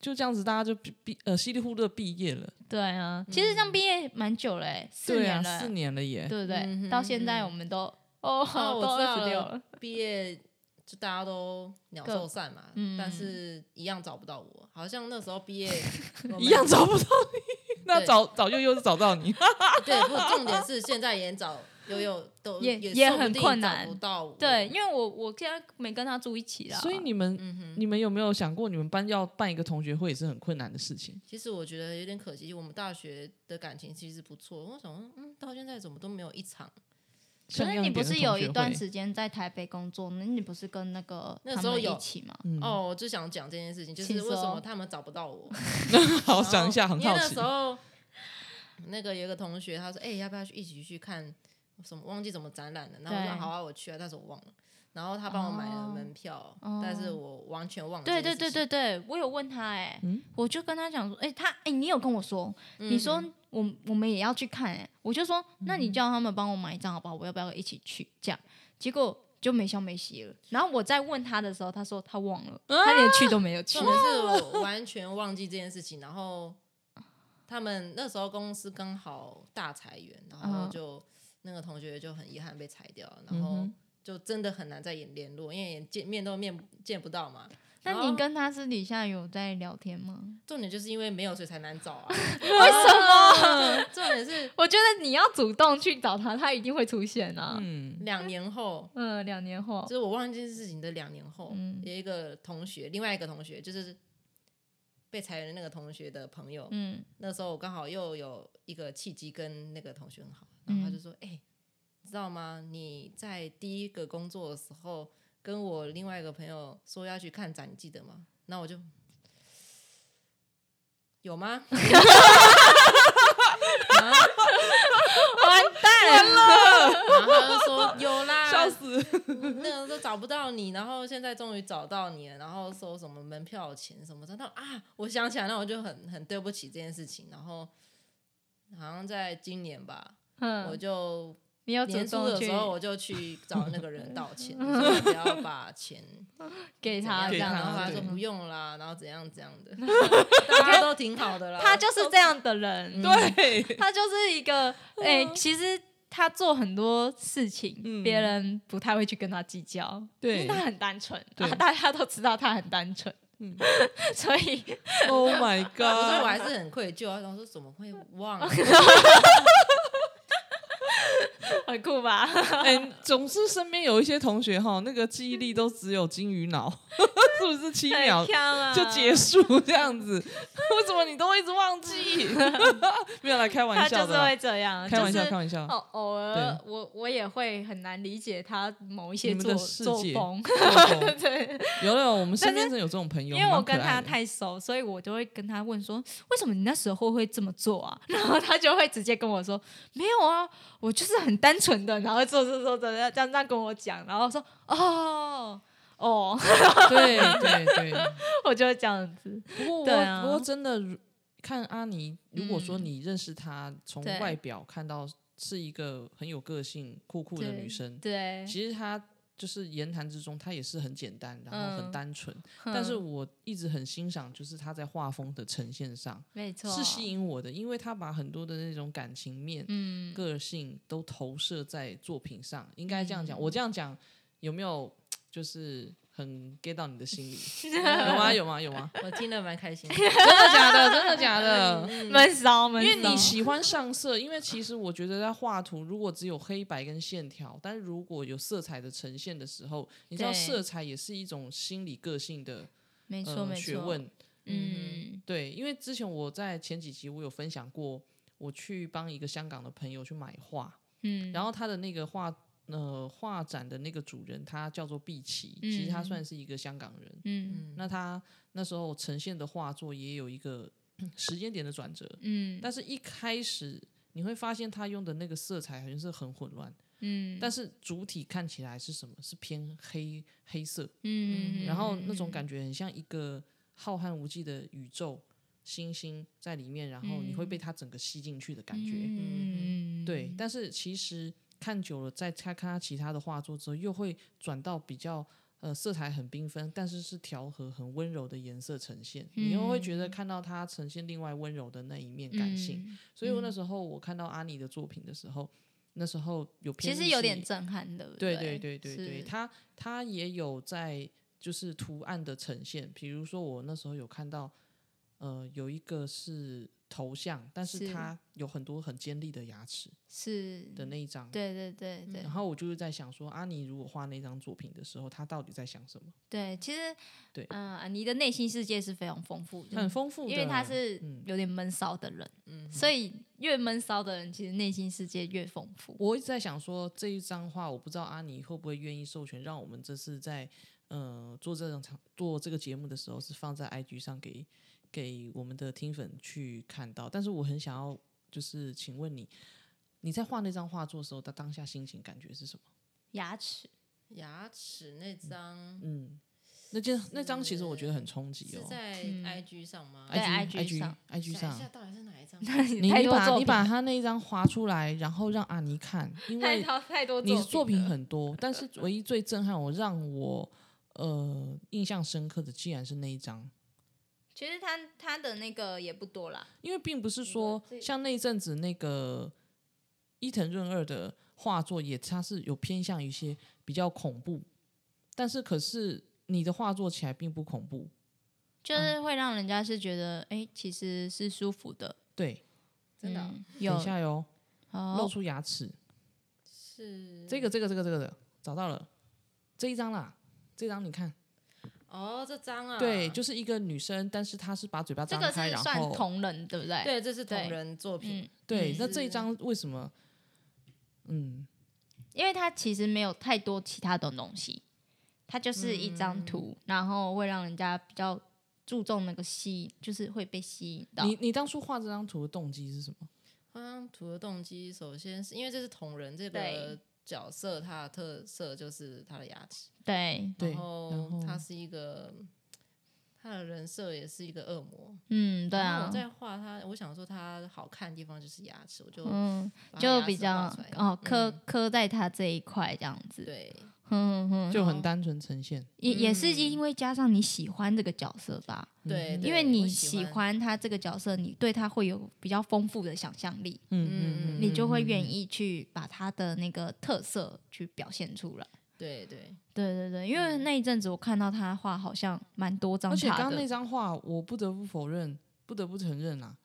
[SPEAKER 3] 就这样子，大家就毕毕呃稀里糊涂的毕业了。
[SPEAKER 1] 对啊，其实这样毕业蛮久了欸，四
[SPEAKER 3] 对
[SPEAKER 1] 年
[SPEAKER 3] 啊，
[SPEAKER 1] 了
[SPEAKER 3] 四
[SPEAKER 1] 欸，
[SPEAKER 3] 年了耶。
[SPEAKER 1] 对不
[SPEAKER 4] 嗯
[SPEAKER 1] 对？
[SPEAKER 4] 哼
[SPEAKER 1] 到现在我们都哦，
[SPEAKER 4] 哦，
[SPEAKER 1] 都
[SPEAKER 4] 我知
[SPEAKER 1] 二
[SPEAKER 4] 道
[SPEAKER 1] 十六
[SPEAKER 4] 了
[SPEAKER 1] 了，，
[SPEAKER 4] 毕业就大家都鸟兽散嘛，
[SPEAKER 1] 嗯
[SPEAKER 4] 但是一样找不到我，好像那时 候毕业我们
[SPEAKER 3] 一样找不到你，那
[SPEAKER 4] 对
[SPEAKER 3] 找找悠悠是找到 你。
[SPEAKER 4] 对，不，重点是现在也找悠悠都
[SPEAKER 1] 也
[SPEAKER 4] 也
[SPEAKER 1] 也
[SPEAKER 4] 说不
[SPEAKER 1] 很
[SPEAKER 4] 定
[SPEAKER 1] 困
[SPEAKER 4] 找
[SPEAKER 1] 难
[SPEAKER 4] 不到我
[SPEAKER 1] 对，因为我我现在没跟他住一起啦，
[SPEAKER 3] 所以你们、
[SPEAKER 1] 嗯
[SPEAKER 4] 嗯
[SPEAKER 3] 你们有没有想过，你们班要办一个同学会也是很困难的事情？
[SPEAKER 4] 其实我觉得有点可惜，我们大学的感情其实不错。我想说，嗯，到现在怎么都没有一场？
[SPEAKER 1] 可
[SPEAKER 3] 像
[SPEAKER 1] 是
[SPEAKER 3] 样
[SPEAKER 1] 你不
[SPEAKER 3] 点的
[SPEAKER 1] 是
[SPEAKER 3] 同
[SPEAKER 1] 有
[SPEAKER 3] 学
[SPEAKER 1] 一段
[SPEAKER 3] 会
[SPEAKER 1] 时间在台北工作，那你不是跟那个
[SPEAKER 4] 那
[SPEAKER 1] 他
[SPEAKER 4] 时候
[SPEAKER 1] 们
[SPEAKER 4] 有
[SPEAKER 1] 一起吗？
[SPEAKER 4] 哦，我就想讲这件事情，就是
[SPEAKER 1] 嗯请
[SPEAKER 4] 为什
[SPEAKER 1] 说
[SPEAKER 4] 么他们找不到 我？
[SPEAKER 1] 哦
[SPEAKER 3] 好
[SPEAKER 4] 然后
[SPEAKER 3] 想一下，很
[SPEAKER 4] 因为
[SPEAKER 3] 好
[SPEAKER 4] 那
[SPEAKER 3] 奇
[SPEAKER 4] 时。候那个有一个同学，他说：“哎、要不要去一起去看什么？忘记怎么展览了。”然后我
[SPEAKER 1] 对哦
[SPEAKER 4] 说：“好啊，我去啊。”但是我忘了。然后他帮我买了门票，但是我完全忘了。
[SPEAKER 1] 对对对对，对，我有问他哎、我就跟他讲说，哎、他哎、你有跟我说，
[SPEAKER 4] 嗯
[SPEAKER 1] 你说我我们也要去看哎、我就说那你叫他们帮我买一张好不好？我要不要一起去？这样，结果就没消没息了。然后我在问他的时候，他说他忘了，他连去都没有去
[SPEAKER 4] 重。点是我完全忘记这件事情。然后他们那时候公司刚好大裁员，然后
[SPEAKER 1] 嗯
[SPEAKER 4] 就、那个同学就很遗憾被裁掉了，然后就真的很难再联联络，因为也见面都面见不到嘛。
[SPEAKER 1] 那
[SPEAKER 4] 然
[SPEAKER 1] 你
[SPEAKER 4] 后
[SPEAKER 1] 跟他私底下有在聊天吗？
[SPEAKER 4] 重点就是因为没有，所以才难找啊。
[SPEAKER 1] 为什么？
[SPEAKER 4] 重点是
[SPEAKER 1] 我觉得你要主动去找他，他一定会出现啊。
[SPEAKER 3] 嗯，
[SPEAKER 4] 两年后，
[SPEAKER 1] 嗯，两、年后
[SPEAKER 4] 就，是我忘记这件事情的两年后，
[SPEAKER 1] 嗯
[SPEAKER 4] 有一个同学，另外一个同学就是被裁员的那个同学的朋友，
[SPEAKER 1] 嗯，
[SPEAKER 4] 那时候我刚好又有一个契机跟那个同学很好，然后他就说：“哎、知道吗？你在第一个工作的时候，跟我另外一个朋友说要去看展，你记得吗？”那我就有吗？ 啊
[SPEAKER 1] 完蛋了，
[SPEAKER 4] 然后他就说有 啦，
[SPEAKER 3] 笑 死。
[SPEAKER 4] 那个啊都找不到你，然后现在终于找到你了，然后收什么门票钱什么的，那啊，我想起来，那我就很很对不起这件事情，然后好像在今年吧，我
[SPEAKER 1] 嗯，
[SPEAKER 4] 就
[SPEAKER 1] 你有主
[SPEAKER 4] 年初
[SPEAKER 1] 动
[SPEAKER 4] 的
[SPEAKER 1] 去
[SPEAKER 4] 时候我就去找那个人道 歉，就说不要把钱
[SPEAKER 1] 给
[SPEAKER 4] 怎样
[SPEAKER 1] 他这
[SPEAKER 3] 给
[SPEAKER 1] 样，
[SPEAKER 3] 他
[SPEAKER 4] 然后他
[SPEAKER 3] 对
[SPEAKER 4] 说
[SPEAKER 1] 嗯
[SPEAKER 4] 不用啦，然后怎样怎样 的，大家都挺好的啦。
[SPEAKER 1] 他就是这样的
[SPEAKER 3] 嗯
[SPEAKER 1] 人，
[SPEAKER 3] 对，
[SPEAKER 1] 他就是一个哎、其实他做很多事情，
[SPEAKER 3] 嗯
[SPEAKER 1] 别人不太会去跟他计较，
[SPEAKER 3] 对
[SPEAKER 1] 因为他很单纯，
[SPEAKER 3] 对
[SPEAKER 1] 啊，大家都知道他很单纯，
[SPEAKER 3] 嗯
[SPEAKER 1] 所以
[SPEAKER 3] ，Oh my
[SPEAKER 1] 啊
[SPEAKER 4] 所以我
[SPEAKER 3] god！
[SPEAKER 4] 还是很愧疚，啊然后说怎么会忘啊？
[SPEAKER 1] 很酷吧？
[SPEAKER 3] 哎、总是身边有一些同学哈，那个记忆力都只有金鱼脑， 是不是七秒
[SPEAKER 1] 很强啊，
[SPEAKER 3] 就结束这样子？为什么你都会一直忘 记？没有来开玩
[SPEAKER 1] 他
[SPEAKER 3] 笑
[SPEAKER 1] 就是
[SPEAKER 3] 的啦，
[SPEAKER 1] 会这样，
[SPEAKER 3] 开玩笑，
[SPEAKER 1] 就是哦
[SPEAKER 3] 开玩 笑。
[SPEAKER 1] 偶偶尔我我也会很难理解他某一些
[SPEAKER 3] 你们
[SPEAKER 1] 作
[SPEAKER 3] 的世
[SPEAKER 1] 作
[SPEAKER 3] 界
[SPEAKER 1] 风，
[SPEAKER 3] 对
[SPEAKER 1] 对，
[SPEAKER 3] 有有，我们身边真的有这种朋友，
[SPEAKER 1] 因为我
[SPEAKER 3] 蛮可
[SPEAKER 1] 跟他
[SPEAKER 3] 爱的
[SPEAKER 1] 太熟，所以我就会跟他问说，为什么你那时候会这么做啊？ 然后他就会直接跟我说，没有啊，我就是很单纯的，然后做做做做，这样这样跟我讲，然后说哦哦，
[SPEAKER 3] 对对对。
[SPEAKER 1] 我就会这样子，
[SPEAKER 3] 不过我、
[SPEAKER 1] 对啊
[SPEAKER 3] 不过真的如看阿尼，如果说
[SPEAKER 1] 嗯
[SPEAKER 3] 你认识她，从
[SPEAKER 1] 对
[SPEAKER 3] 外表看到是一个很有个性、酷酷的
[SPEAKER 1] 对
[SPEAKER 3] 女生，
[SPEAKER 1] 对，
[SPEAKER 3] 嗯其实她就是言谈之中，她也是很简单，然后很
[SPEAKER 1] 嗯
[SPEAKER 3] 单纯。但是
[SPEAKER 1] 嗯
[SPEAKER 3] 我一直很欣赏，就是她在画风的呈现上
[SPEAKER 1] 没错，
[SPEAKER 3] 是吸引我的，因为她把很多的那种感情面、
[SPEAKER 1] 嗯
[SPEAKER 3] 个性都投射在作品上，应该这样
[SPEAKER 1] 嗯
[SPEAKER 3] 讲。我这样讲有没有就是很 get 到你的 心里？有吗？有吗？有吗？
[SPEAKER 4] 我听了蛮开心的，嗯
[SPEAKER 3] 真的假的？真的假 的？
[SPEAKER 1] 闷骚闷
[SPEAKER 3] 因
[SPEAKER 1] 骚，
[SPEAKER 3] 为你喜欢上色，因为其实我觉得在画图，如果只有黑白跟线条，但如果有色彩的呈现的时候，你知道
[SPEAKER 1] 对
[SPEAKER 3] 色彩也是一种心理个性的
[SPEAKER 1] 没错
[SPEAKER 3] 呃
[SPEAKER 1] 没
[SPEAKER 3] 学
[SPEAKER 1] 错，
[SPEAKER 3] 问。
[SPEAKER 1] 嗯
[SPEAKER 3] 对，因为之前我在前几集我有分享过，我去帮一个香港的朋友去买画，
[SPEAKER 1] 嗯，
[SPEAKER 3] 然后他的那个画呃画展的那个主人他叫做碧琪，其实他
[SPEAKER 1] 嗯
[SPEAKER 3] 算是一个香港人。
[SPEAKER 1] 嗯
[SPEAKER 3] 那他那时候呈现的画作也有一个 时间点的转折，
[SPEAKER 1] 嗯
[SPEAKER 3] 但是一开始你会发现他用的那个色彩好像是很混乱，
[SPEAKER 1] 嗯，
[SPEAKER 3] 但是主体看起来是什么？是偏黑黑色，
[SPEAKER 1] 嗯，
[SPEAKER 3] 然后那种感觉很像一个浩瀚无际的宇宙星星在里面，然后你会被它整个吸进去的感觉。
[SPEAKER 1] 嗯
[SPEAKER 3] 对，但是其实看久了，再看看他其他的画作之后，又会转到比较。呃，色彩很缤纷，但是是调和很温柔的颜色呈现，你又会觉得看到它呈现另外温柔的那一面感性。
[SPEAKER 1] 嗯
[SPEAKER 3] 所以我那时候我看到阿妮的作品的时候，那时候有
[SPEAKER 1] 其
[SPEAKER 3] 偏
[SPEAKER 1] 实
[SPEAKER 3] 日
[SPEAKER 1] 有
[SPEAKER 3] 系
[SPEAKER 1] 点震撼的，
[SPEAKER 3] 对
[SPEAKER 1] 对
[SPEAKER 3] 对对对对，
[SPEAKER 1] 是
[SPEAKER 3] 他他也有在就是图案的呈现，比如说我那时候有看到，呃，有一个是头像，但是
[SPEAKER 1] 是
[SPEAKER 3] 他有很多很尖利的牙齿
[SPEAKER 1] 是
[SPEAKER 3] 的嗯那一张。
[SPEAKER 1] 对对对对
[SPEAKER 3] 然后我就是在想说，阿妮如果画那张作品的时候，她到底在想什么？
[SPEAKER 1] 对，其实
[SPEAKER 3] 对
[SPEAKER 1] 嗯，你的内心世界是非常丰富的，
[SPEAKER 3] 很丰富的，
[SPEAKER 1] 因为他是
[SPEAKER 3] 嗯
[SPEAKER 1] 有点闷骚的人，所以越闷骚的人，其实内心世界越丰富。
[SPEAKER 3] 我一直在想说这一张画，我不知道阿尼会不会愿意授权，让我们这次在呃做这种场做这个节目的时候是放在 IG 上给给我们的听粉去看到。但是我很想要，就是请问你，你在画那张画作的时候，他当下心情感觉是什么？
[SPEAKER 1] 牙齿
[SPEAKER 4] 牙齿那张
[SPEAKER 3] 嗯，那件那张其实我觉得很冲击
[SPEAKER 4] 是
[SPEAKER 3] 哦。
[SPEAKER 4] 在
[SPEAKER 1] 嗯
[SPEAKER 4] IG 上吗？
[SPEAKER 1] 对
[SPEAKER 3] IG
[SPEAKER 1] IG 上
[SPEAKER 3] IG
[SPEAKER 4] 想
[SPEAKER 3] 上
[SPEAKER 4] 一下，到底是啊哪 一张？
[SPEAKER 3] 你
[SPEAKER 1] 太
[SPEAKER 3] 你
[SPEAKER 1] 多
[SPEAKER 3] 把
[SPEAKER 1] 作
[SPEAKER 3] 你
[SPEAKER 1] 品
[SPEAKER 3] 把
[SPEAKER 1] 了
[SPEAKER 3] 他那一张划出来，然后让阿尼看，因
[SPEAKER 1] 太
[SPEAKER 3] 为
[SPEAKER 1] 多太多
[SPEAKER 3] 你作品
[SPEAKER 1] 了
[SPEAKER 3] 很多，但 是唯一最震撼我让我呃印象深刻的，竟然是那一张，
[SPEAKER 1] 其实他他的那个也不多啦，
[SPEAKER 3] 因为并不是说像那一阵子那个伊藤润二的画作也，它是有偏向一些比较恐怖，但是可是你的画作起来并不恐怖，
[SPEAKER 1] 就是会让人家是觉得哎、诶其实是舒服的，
[SPEAKER 3] 对，
[SPEAKER 4] 真的啊
[SPEAKER 1] 嗯
[SPEAKER 3] 等
[SPEAKER 1] 有
[SPEAKER 3] 一下哟，露
[SPEAKER 1] 哦，
[SPEAKER 3] 出牙齿，
[SPEAKER 4] 是
[SPEAKER 3] 这个这个这个这个的找到了这一张啦，这张你看，
[SPEAKER 1] 啊
[SPEAKER 4] 哦，这张啊，
[SPEAKER 3] 对，就是一个女生，但是她是把嘴巴
[SPEAKER 1] 这
[SPEAKER 3] 张
[SPEAKER 1] 个
[SPEAKER 3] 开，
[SPEAKER 1] 是
[SPEAKER 3] 然
[SPEAKER 1] 算
[SPEAKER 3] 后
[SPEAKER 1] 同人对不对？
[SPEAKER 4] 对，这是同
[SPEAKER 1] 对
[SPEAKER 4] 人作品
[SPEAKER 1] 嗯，
[SPEAKER 3] 对
[SPEAKER 1] 嗯，
[SPEAKER 3] 那这一
[SPEAKER 4] 是
[SPEAKER 3] 张为什么？嗯，
[SPEAKER 1] 因为它其实没有太多其他的东西，它就是一张图，然后会让人家比较注重那个吸，就是会被吸引到
[SPEAKER 3] 你。你当初画这张图的动机是什么？
[SPEAKER 4] 画张图的动机，首先是因为这是同人这
[SPEAKER 1] 对
[SPEAKER 4] 个角色，它的特色就是它的牙齿，
[SPEAKER 1] 对，
[SPEAKER 3] 对，
[SPEAKER 4] 然后
[SPEAKER 3] 然后
[SPEAKER 4] 它是一个，他的人设也是一个恶魔。
[SPEAKER 1] 嗯，对
[SPEAKER 4] 然后
[SPEAKER 1] 啊
[SPEAKER 4] 我，在画他，我想说他好看的地方就是牙齿，我就
[SPEAKER 1] 嗯，
[SPEAKER 4] 把他
[SPEAKER 1] 就
[SPEAKER 4] 牙齿
[SPEAKER 1] 比较
[SPEAKER 4] 画出来
[SPEAKER 1] 哦刻
[SPEAKER 4] 嗯
[SPEAKER 1] 刻在他这一块这样子，
[SPEAKER 4] 对，
[SPEAKER 1] 嗯嗯，
[SPEAKER 3] 就
[SPEAKER 4] 哦
[SPEAKER 3] 很单纯呈现。
[SPEAKER 1] 也也是
[SPEAKER 4] 嗯
[SPEAKER 1] 因为加上你喜欢这个角色吧，
[SPEAKER 3] 嗯
[SPEAKER 4] 对，
[SPEAKER 1] 因
[SPEAKER 4] 对
[SPEAKER 1] 为你
[SPEAKER 4] 我
[SPEAKER 1] 喜
[SPEAKER 4] 喜
[SPEAKER 1] 欢他这个角色，你对他会有比较丰富的想象力，
[SPEAKER 3] 嗯
[SPEAKER 4] 嗯
[SPEAKER 1] 你就会愿意去把他的那个特色去表现出来。嗯
[SPEAKER 4] 对对，
[SPEAKER 1] 对对对，因为那一阵子我看到他画好像蛮多张
[SPEAKER 3] 而且刚
[SPEAKER 1] 他
[SPEAKER 3] 刚那
[SPEAKER 1] 的，
[SPEAKER 3] 张画，我不得不否认，不得不承认啊，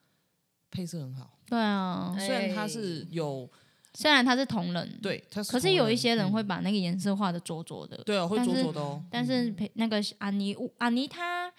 [SPEAKER 3] 配色很好。
[SPEAKER 1] 对啊，
[SPEAKER 4] 哎
[SPEAKER 3] 虽然它是有
[SPEAKER 1] 虽然他是同人，，
[SPEAKER 3] 嗯对，它是
[SPEAKER 1] 可是
[SPEAKER 3] 同
[SPEAKER 1] 有一些人
[SPEAKER 3] 嗯
[SPEAKER 1] 会把那个颜色画的灼灼的，
[SPEAKER 3] 对啊，会
[SPEAKER 1] 但
[SPEAKER 3] 灼
[SPEAKER 1] 是
[SPEAKER 3] 灼的哦。
[SPEAKER 1] 但是陪那个安妮，安妮她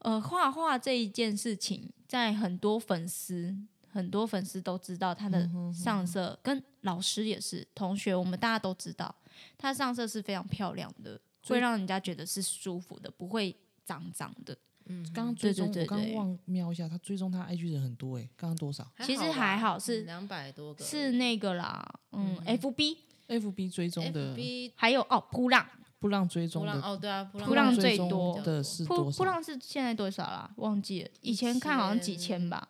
[SPEAKER 1] 呃画画这一件事情，在很多粉丝很多粉丝都知道她
[SPEAKER 3] 嗯
[SPEAKER 1] 的上色，跟老师也是，同学我们大家都知道，她上色是非常漂亮的，
[SPEAKER 3] 所以
[SPEAKER 1] 会让人家觉得是舒服的，不会脏脏的。
[SPEAKER 4] 嗯，
[SPEAKER 3] 刚刚追
[SPEAKER 1] 对对
[SPEAKER 3] 踪，
[SPEAKER 1] 对
[SPEAKER 3] 我刚刚
[SPEAKER 1] 对
[SPEAKER 3] 忘瞄一下，他追踪他 IG 人很多哎，刚刚多少
[SPEAKER 1] 其实还好是
[SPEAKER 4] 嗯两百多个，
[SPEAKER 1] 是那个啦，嗯，FB
[SPEAKER 3] ？FB 追踪的
[SPEAKER 4] FB
[SPEAKER 1] 还有哦扑浪，
[SPEAKER 3] 不让追
[SPEAKER 4] 波
[SPEAKER 3] 踪
[SPEAKER 4] 浪
[SPEAKER 3] 的，
[SPEAKER 4] 哦，对啊，波
[SPEAKER 1] 波
[SPEAKER 4] 浪
[SPEAKER 1] 浪
[SPEAKER 4] 追
[SPEAKER 1] 最
[SPEAKER 3] 追踪
[SPEAKER 1] 多
[SPEAKER 3] 的是
[SPEAKER 1] 扑
[SPEAKER 3] 多
[SPEAKER 1] 扑
[SPEAKER 3] 少？
[SPEAKER 1] 浪是现在多少啦？忘记了，以前看好像几千吧，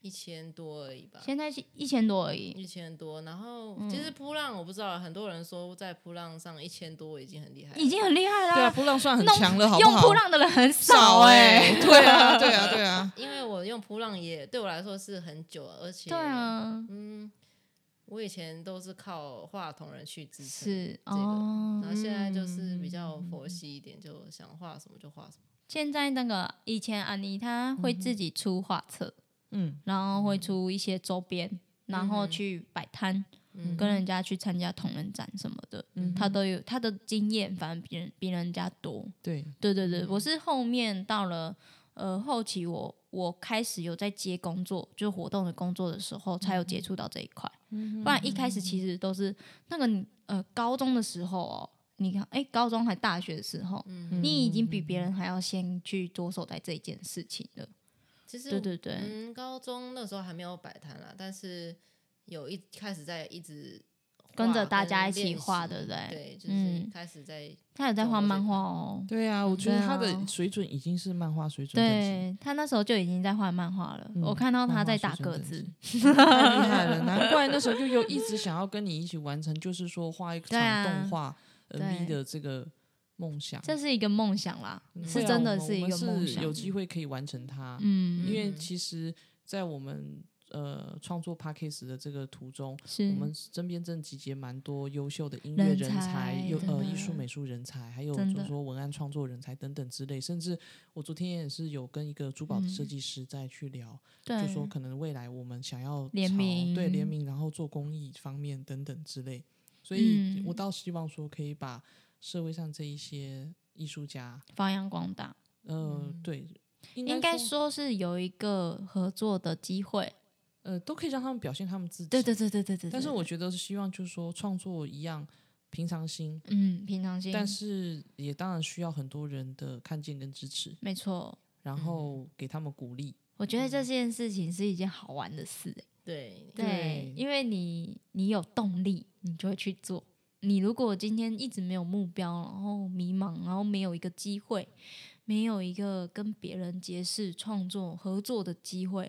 [SPEAKER 4] 一千多而已吧，
[SPEAKER 1] 现在是一千多而已。
[SPEAKER 4] 一千多。然后
[SPEAKER 1] 嗯
[SPEAKER 4] 其实扑浪我不知道，很多人说在扑浪上一千多已经很厉害了，
[SPEAKER 1] 已经很厉害啦，
[SPEAKER 3] 对啊，波浪算很
[SPEAKER 1] 弄
[SPEAKER 3] 强了，好不
[SPEAKER 1] 用
[SPEAKER 3] 好
[SPEAKER 1] 扑？浪的人很
[SPEAKER 3] 少
[SPEAKER 1] 哎、
[SPEAKER 3] 哎，对啊，对啊，对啊。
[SPEAKER 4] 因为我用扑浪也对我来说是很久，而且
[SPEAKER 1] 对，啊，
[SPEAKER 4] 嗯，我以前都是靠画同人去支撑，
[SPEAKER 1] 是
[SPEAKER 4] 个
[SPEAKER 1] 哦。
[SPEAKER 4] 然后现在就是比
[SPEAKER 3] 嗯
[SPEAKER 4] 较佛系一点，就想画什么就画什么。
[SPEAKER 1] 现在那个以前安妮她会自己出画册，
[SPEAKER 3] 嗯，
[SPEAKER 1] 然后会出一些周边，然后
[SPEAKER 4] 嗯
[SPEAKER 1] 去摆摊，
[SPEAKER 4] 嗯
[SPEAKER 1] 跟人家去参加同人展什么的，她都有她的经验，反正比人比人家多。
[SPEAKER 3] 对，
[SPEAKER 1] 对对对，我
[SPEAKER 3] 嗯
[SPEAKER 1] 是后面到了呃后期我，我开始有在接工作，就是活动的工作的时候，才有
[SPEAKER 3] 嗯
[SPEAKER 1] 接触到这一块。不然一开始其实都是那个你呃高中的时候哦，你看哎高中还大学的时候，
[SPEAKER 3] 嗯
[SPEAKER 1] 你已经比别人还要先去着手在这一件事情了。
[SPEAKER 4] 其实
[SPEAKER 1] 对对对，
[SPEAKER 4] 嗯，高中那时候还没有摆摊啦，但是有一开始在一直画
[SPEAKER 1] 跟着大家一
[SPEAKER 4] 练
[SPEAKER 1] 起
[SPEAKER 4] 习
[SPEAKER 1] 画，对不对？
[SPEAKER 4] 对，就是
[SPEAKER 1] 嗯
[SPEAKER 4] 开始在
[SPEAKER 1] 他有在画漫画哦。
[SPEAKER 3] 对啊，我觉得
[SPEAKER 1] 对
[SPEAKER 3] 他的
[SPEAKER 1] 啊
[SPEAKER 3] 水准已经是漫画水准等级，
[SPEAKER 1] 对他那时候就已经在画漫画了，
[SPEAKER 3] 嗯
[SPEAKER 1] 我看到
[SPEAKER 3] 漫
[SPEAKER 1] 他
[SPEAKER 3] 画
[SPEAKER 1] 在
[SPEAKER 3] 水
[SPEAKER 1] 打
[SPEAKER 3] 准
[SPEAKER 1] 格
[SPEAKER 3] 等
[SPEAKER 1] 子
[SPEAKER 3] 级， 太厉害 了，难怪那时候悠悠一直想要跟你一起完成，就是说画一
[SPEAKER 1] 对啊
[SPEAKER 3] 场动画 MV
[SPEAKER 1] 对
[SPEAKER 3] 的这个梦想。
[SPEAKER 1] 这是一个梦想啦，
[SPEAKER 3] 嗯
[SPEAKER 1] 是
[SPEAKER 3] 会啊
[SPEAKER 1] 真的
[SPEAKER 3] 我们
[SPEAKER 1] 是一个
[SPEAKER 3] 我们
[SPEAKER 1] 梦
[SPEAKER 3] 是
[SPEAKER 1] 想。
[SPEAKER 3] 有机会可以完成它。
[SPEAKER 1] 嗯，
[SPEAKER 3] 因为
[SPEAKER 4] 嗯
[SPEAKER 3] 其实，在我们呃创作 p a c k a g e 的这个途中，
[SPEAKER 1] 是
[SPEAKER 3] 我们身边正集结蛮多优秀的音乐人
[SPEAKER 1] 嗯人才
[SPEAKER 3] 才，有呃
[SPEAKER 1] 真的
[SPEAKER 3] 艺术美术人才，还有
[SPEAKER 1] 真
[SPEAKER 3] 就
[SPEAKER 1] 的
[SPEAKER 3] 是说文案创作人才等等之类。甚至我昨天也是有跟一个珠宝的设计师在去聊，
[SPEAKER 1] 嗯对
[SPEAKER 3] 就说可能未来我们想要
[SPEAKER 1] 联
[SPEAKER 3] 朝
[SPEAKER 1] 名
[SPEAKER 3] 对联名，然后做公益方面等等之类。所以
[SPEAKER 1] 嗯
[SPEAKER 3] 我倒希望说可以把社会上这一些艺术家，
[SPEAKER 1] 发扬光大，
[SPEAKER 3] 呃，对，
[SPEAKER 1] 嗯应该说是有一个合作的机会。
[SPEAKER 3] 呃，都可以让他们表现他们自己。
[SPEAKER 1] 对对对对对对。
[SPEAKER 3] 但是
[SPEAKER 1] 对
[SPEAKER 3] 我觉得是希望，就是说创作一样平常心，
[SPEAKER 1] 嗯，平常心，
[SPEAKER 3] 但是也当然需要很多人的看见跟支持，
[SPEAKER 1] 没错，
[SPEAKER 3] 然后给他们鼓励。
[SPEAKER 1] 我觉得这件事情是一件好玩的事、欸。
[SPEAKER 4] 对
[SPEAKER 1] 对
[SPEAKER 3] 对，
[SPEAKER 1] 因为你你有动力，你就会去做。你如果今天一直没有目标，然后迷茫，然后没有一个机会，没有一个跟别人结识、创作、合作的机会，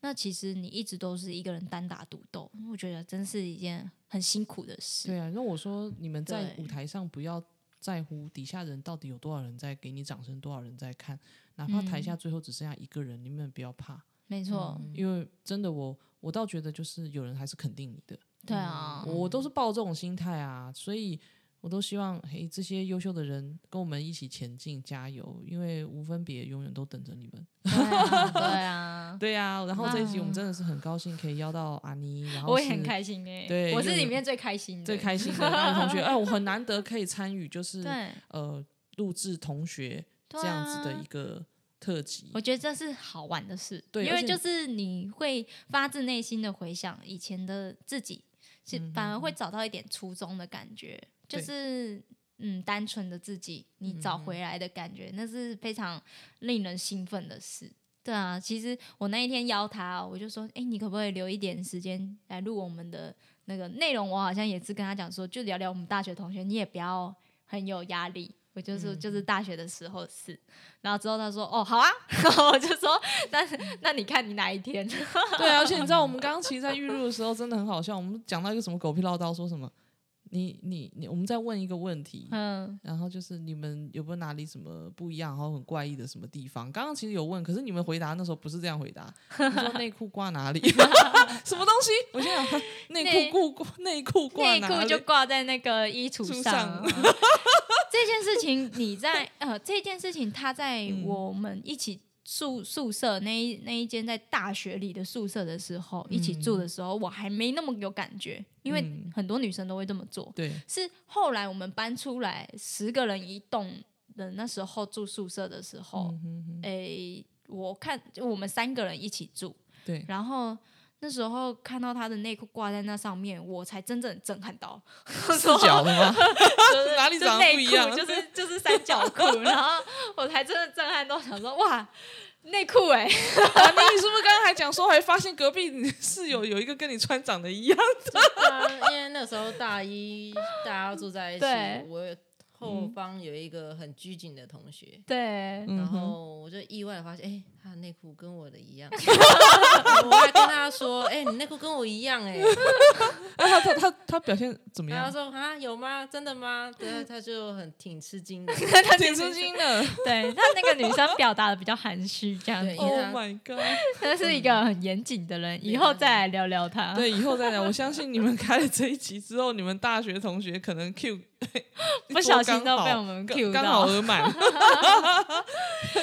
[SPEAKER 1] 那其实你一直都是一个人单打独斗。我觉得真是一件很辛苦的事。
[SPEAKER 3] 对啊，那我说你们在
[SPEAKER 1] 对
[SPEAKER 3] 舞台上不要在乎底下人到底有多少人在给你掌声，多少人在看，哪怕台下最后只剩下一个人，你们不要怕，
[SPEAKER 1] 没错，
[SPEAKER 3] 因为真的我我倒觉得就是有人还是肯定你的，
[SPEAKER 1] 对啊，
[SPEAKER 3] 我都是抱这种心态啊，所以我都希望嘿这些优秀的人跟我们一起前进，加油，因为无分别永远都等着你们。
[SPEAKER 1] 对啊，对啊
[SPEAKER 3] 对呀、然后这一集我们真的是很高兴可以邀到阿妮，然后
[SPEAKER 1] 我也很
[SPEAKER 3] 是
[SPEAKER 1] 开心哎、
[SPEAKER 3] 对
[SPEAKER 1] 我是
[SPEAKER 3] 又
[SPEAKER 1] 里
[SPEAKER 3] 有
[SPEAKER 1] 面最开心的，
[SPEAKER 3] 最开心的那位 同学，哎，我很难得可以参与，就是
[SPEAKER 1] 对，
[SPEAKER 3] 呃录制同学
[SPEAKER 1] 对
[SPEAKER 3] 这样子的
[SPEAKER 1] 啊
[SPEAKER 3] 一个特辑
[SPEAKER 1] 我。觉得这是好玩的事，
[SPEAKER 3] 对
[SPEAKER 1] 因
[SPEAKER 3] 而
[SPEAKER 1] 为
[SPEAKER 3] 且
[SPEAKER 1] 就是你会发自内心的回想以前的自己，是反而会找到一点初衷的感觉，就
[SPEAKER 3] 嗯对嗯
[SPEAKER 1] 是嗯，单纯的自己，你找回来的感觉，那是非常令人兴奋的事。对啊，其实我那一天邀他哦、我就说，哎、你可不可以留一点时间来录我们的那个内容？我好像也是跟他讲说，就聊聊我们大学同学，你也不要很有压力。我就说
[SPEAKER 3] 嗯
[SPEAKER 1] 就是大学的时候是，然后之后他说哦好啊， 然后我就说那那你看你哪一天？
[SPEAKER 3] 对，啊而且你知道我们刚刚其实，在预录的时候真的很好笑，我们讲到一个什么狗屁唠叨，说什么你你你，我们在问一个问题，
[SPEAKER 1] 嗯，
[SPEAKER 3] 然后就是你们有没有哪里什么不一样，然后很怪异的什么地方？刚刚其实有问，可是你们回答那时候不是这样回答，你说内裤挂哪里？ 什么东西？ 我心想哈内
[SPEAKER 1] 内
[SPEAKER 3] 裤挂内裤挂
[SPEAKER 1] 内
[SPEAKER 3] 哪
[SPEAKER 1] 裤
[SPEAKER 3] 里
[SPEAKER 1] 就挂在那个衣橱
[SPEAKER 3] 书
[SPEAKER 1] 上
[SPEAKER 3] 上
[SPEAKER 1] 啊。这件事情你在呃，这件事情他在
[SPEAKER 3] 嗯
[SPEAKER 1] 我们一起宿宿舍那一那一间在大学里的宿舍的时候，一起住的时候，我还没那么有感觉，因为
[SPEAKER 3] 嗯
[SPEAKER 1] 很多女生都会这么做。
[SPEAKER 3] 对，
[SPEAKER 1] 是后来我们搬出来十个人一栋的那时候住宿舍的时候，
[SPEAKER 3] 嗯哼哼
[SPEAKER 1] 诶、我看就我们三个人一起住，
[SPEAKER 3] 对，
[SPEAKER 1] 然后那时候看到他的内裤挂在那上面，我才真正震撼 到，
[SPEAKER 3] 四角的吗？
[SPEAKER 1] 就是
[SPEAKER 3] 哪里
[SPEAKER 1] 就
[SPEAKER 3] 长得
[SPEAKER 1] 内
[SPEAKER 3] 不一
[SPEAKER 1] 裤
[SPEAKER 3] 样
[SPEAKER 1] 就是就是三角裤，然后我才真的震撼到，想说哇，内裤哎，
[SPEAKER 3] 啊那你是不是刚刚还讲说，还发现隔壁你室友有一个跟你穿长得一样？
[SPEAKER 4] 啊因为那时候大一大家住在一起
[SPEAKER 1] 对，嗯
[SPEAKER 4] 我后方有一个很拘谨的同学，
[SPEAKER 1] 对，
[SPEAKER 3] 嗯
[SPEAKER 4] 然
[SPEAKER 3] 哼
[SPEAKER 4] 后我就意外的发现，哎、他的内裤跟我的一样， 我还跟他说，哎、你内裤跟我一样、哎，
[SPEAKER 3] 啊，他他他他表现怎么
[SPEAKER 4] 然后他
[SPEAKER 3] 样？
[SPEAKER 4] 说啊，有吗？真的吗？对，他就很挺吃 惊的，
[SPEAKER 1] 他
[SPEAKER 3] 挺吃惊的
[SPEAKER 1] 对，但那个女生表达的比较含蓄，这样子
[SPEAKER 4] 对，因
[SPEAKER 3] ，Oh
[SPEAKER 4] 为他
[SPEAKER 3] my god！
[SPEAKER 1] 她是一个很严谨的人，以后再来聊聊她。
[SPEAKER 3] 嗯对，以后再聊。我相信你们开了这一集之后，你们大学同学可能 Q
[SPEAKER 1] 不小心
[SPEAKER 3] 多刚
[SPEAKER 1] 都被
[SPEAKER 3] 好
[SPEAKER 1] 我们
[SPEAKER 3] 刚
[SPEAKER 1] cue
[SPEAKER 3] 刚
[SPEAKER 1] 到
[SPEAKER 3] 好额 满，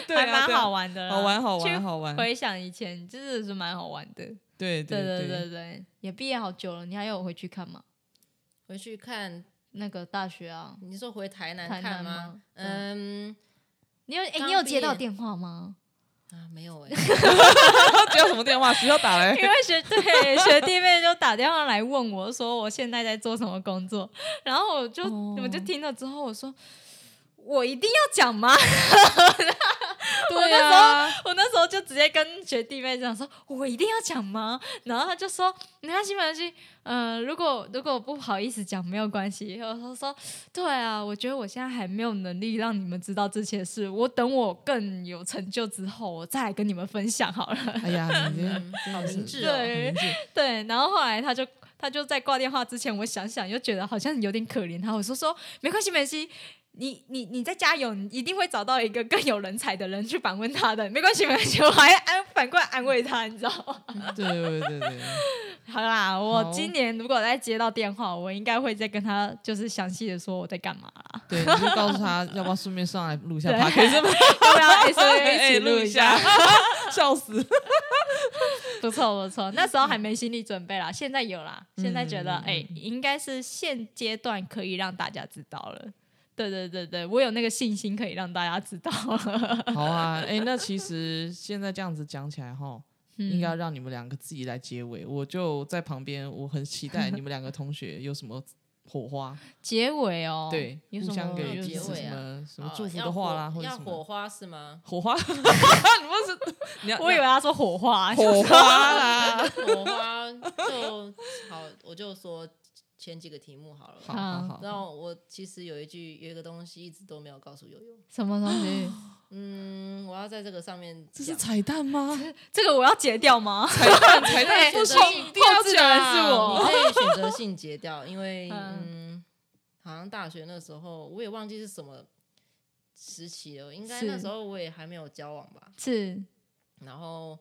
[SPEAKER 3] 对
[SPEAKER 1] 还
[SPEAKER 3] 啊，
[SPEAKER 1] 蛮
[SPEAKER 3] 对啊
[SPEAKER 1] 好，玩的啦，
[SPEAKER 3] 好玩，好玩，
[SPEAKER 1] 去
[SPEAKER 3] 好玩，
[SPEAKER 1] 回想以前，真的是蛮好玩的。
[SPEAKER 3] 对
[SPEAKER 1] 对
[SPEAKER 3] 对
[SPEAKER 1] 对 对对，也毕业好久了，你还有回去看吗？
[SPEAKER 4] 回去看，
[SPEAKER 1] 那个大学啊，
[SPEAKER 4] 你说回台南
[SPEAKER 1] 台南
[SPEAKER 4] 看吗
[SPEAKER 1] 吗？
[SPEAKER 4] 嗯
[SPEAKER 1] 你有哎、
[SPEAKER 4] 刚
[SPEAKER 1] 你有
[SPEAKER 4] 毕
[SPEAKER 1] 接到
[SPEAKER 4] 业
[SPEAKER 1] 电话吗？
[SPEAKER 4] 啊，没有哎、
[SPEAKER 3] 他接到什么电话？学校打 来
[SPEAKER 1] 因，为学对学弟妹就打电话来问我说我现在在做什么工作， 然后我就、
[SPEAKER 3] 哦
[SPEAKER 1] 我就听了之后我说我一定要讲吗？
[SPEAKER 3] 对啊，
[SPEAKER 1] 我那时候就直接跟学弟妹讲说我一定要讲吗？然后他就说没关系没关系，呃，如果如果不好意思讲没有关系。我说说对啊，我觉得我现在还没有能力让你们知道这些事，我等我更有成就之后，我再来跟你们分享好了。
[SPEAKER 3] 哎呀，你这
[SPEAKER 4] 嗯好
[SPEAKER 3] 真
[SPEAKER 4] 明
[SPEAKER 3] 的是
[SPEAKER 4] 智哦，
[SPEAKER 1] 对
[SPEAKER 3] 明智
[SPEAKER 1] 对，然后后来他就他就在挂电话之前，我想想又觉得好像有点可怜他，我说说没关系没关系，你你你再加油，你一定会找到一个更有人才的人去访问他的，没关系没关系，我还安反过来安慰他，你知道吗？
[SPEAKER 3] 对对对对，
[SPEAKER 1] 好啦，我
[SPEAKER 3] 好
[SPEAKER 1] 今年如果再接到电话，我应该会再跟他就是详细的说我在干嘛 啦，
[SPEAKER 3] 对，你就告诉他，要不要顺便上来录一下 p
[SPEAKER 1] 对
[SPEAKER 3] o d
[SPEAKER 1] 要不要 S O 一
[SPEAKER 3] 哎，
[SPEAKER 1] 起
[SPEAKER 3] 录
[SPEAKER 1] 一
[SPEAKER 3] 一
[SPEAKER 1] 下
[SPEAKER 3] 下？， 笑 死！
[SPEAKER 1] 不错不错，那时候还没心理准备啦，现在有啦，现在觉得
[SPEAKER 3] 嗯嗯嗯
[SPEAKER 1] 哎、应该是现阶段可以让大家知道了。对对对对，我有那个信心可以让大家知道了。
[SPEAKER 3] 好啊，哎，那其实现在这样子讲起来哈，
[SPEAKER 1] 嗯
[SPEAKER 3] 应该要让你们两个自己来结尾，我就在旁边，我很期 待你们两个同学有什么火花，
[SPEAKER 1] 结尾哦，
[SPEAKER 3] 对，
[SPEAKER 1] 有
[SPEAKER 3] 互
[SPEAKER 1] 什
[SPEAKER 3] 相
[SPEAKER 1] 么
[SPEAKER 3] 给就是
[SPEAKER 4] 结尾
[SPEAKER 3] 什
[SPEAKER 4] 啊
[SPEAKER 3] 么 什么
[SPEAKER 4] 哦
[SPEAKER 3] 祝福
[SPEAKER 4] 要
[SPEAKER 3] 的话啦，
[SPEAKER 4] 火
[SPEAKER 3] 或者
[SPEAKER 4] 要
[SPEAKER 3] 什
[SPEAKER 4] 火
[SPEAKER 3] 么
[SPEAKER 4] 花是吗？
[SPEAKER 3] 火 花，你 不是你要
[SPEAKER 1] 我以为他说火花，
[SPEAKER 3] 你要 火花啦，
[SPEAKER 4] 火花就好，我就说前几个题目好了。
[SPEAKER 3] 好好好，
[SPEAKER 4] 然后我其实有一句有一个东西一直都没有告诉悠悠，
[SPEAKER 1] 什么东 西？
[SPEAKER 4] 嗯，我要在这个上面
[SPEAKER 3] 这是
[SPEAKER 4] 讲
[SPEAKER 3] 彩蛋 吗？
[SPEAKER 1] 这个我要截掉吗？
[SPEAKER 3] 彩蛋彩蛋
[SPEAKER 1] 对
[SPEAKER 3] 不
[SPEAKER 4] 这
[SPEAKER 3] 行
[SPEAKER 4] 是，
[SPEAKER 3] 一定要
[SPEAKER 1] 后置的啊人
[SPEAKER 3] 讲
[SPEAKER 1] 是我
[SPEAKER 4] 你 可以选择性截掉，因为
[SPEAKER 1] 嗯
[SPEAKER 4] 嗯，好像大学那时候我也忘记是什么时期了，应该
[SPEAKER 1] 是
[SPEAKER 4] 那时候我也还没有交往吧。
[SPEAKER 1] 是，
[SPEAKER 4] 然后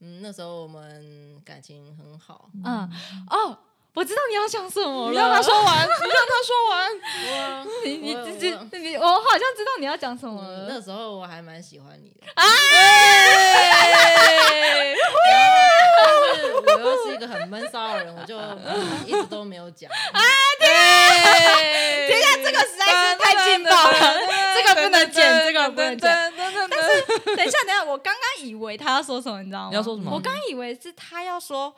[SPEAKER 4] 嗯，那时候我们感情很好，
[SPEAKER 1] 嗯，哦，我知道你要讲什么了。
[SPEAKER 3] 你让他说 完，你让他说完。
[SPEAKER 4] 我
[SPEAKER 1] 你你
[SPEAKER 4] 我
[SPEAKER 1] 你
[SPEAKER 4] 我
[SPEAKER 1] 你，我好像知道你要讲什么
[SPEAKER 4] 嗯
[SPEAKER 1] 了。
[SPEAKER 4] 那时候我还蛮喜欢你 的，
[SPEAKER 1] 哎，
[SPEAKER 4] 但是我又是一个很闷骚的人，我就一直都没有 讲。
[SPEAKER 3] 对，
[SPEAKER 1] 等一下，啊这个实在是太劲爆了，这个不能剪，这个不能剪。
[SPEAKER 3] 剪。但
[SPEAKER 1] 等一下，等一下，我刚刚以为他要说什么，你知道吗？
[SPEAKER 3] 你要说什么
[SPEAKER 1] 我刚以为是他要说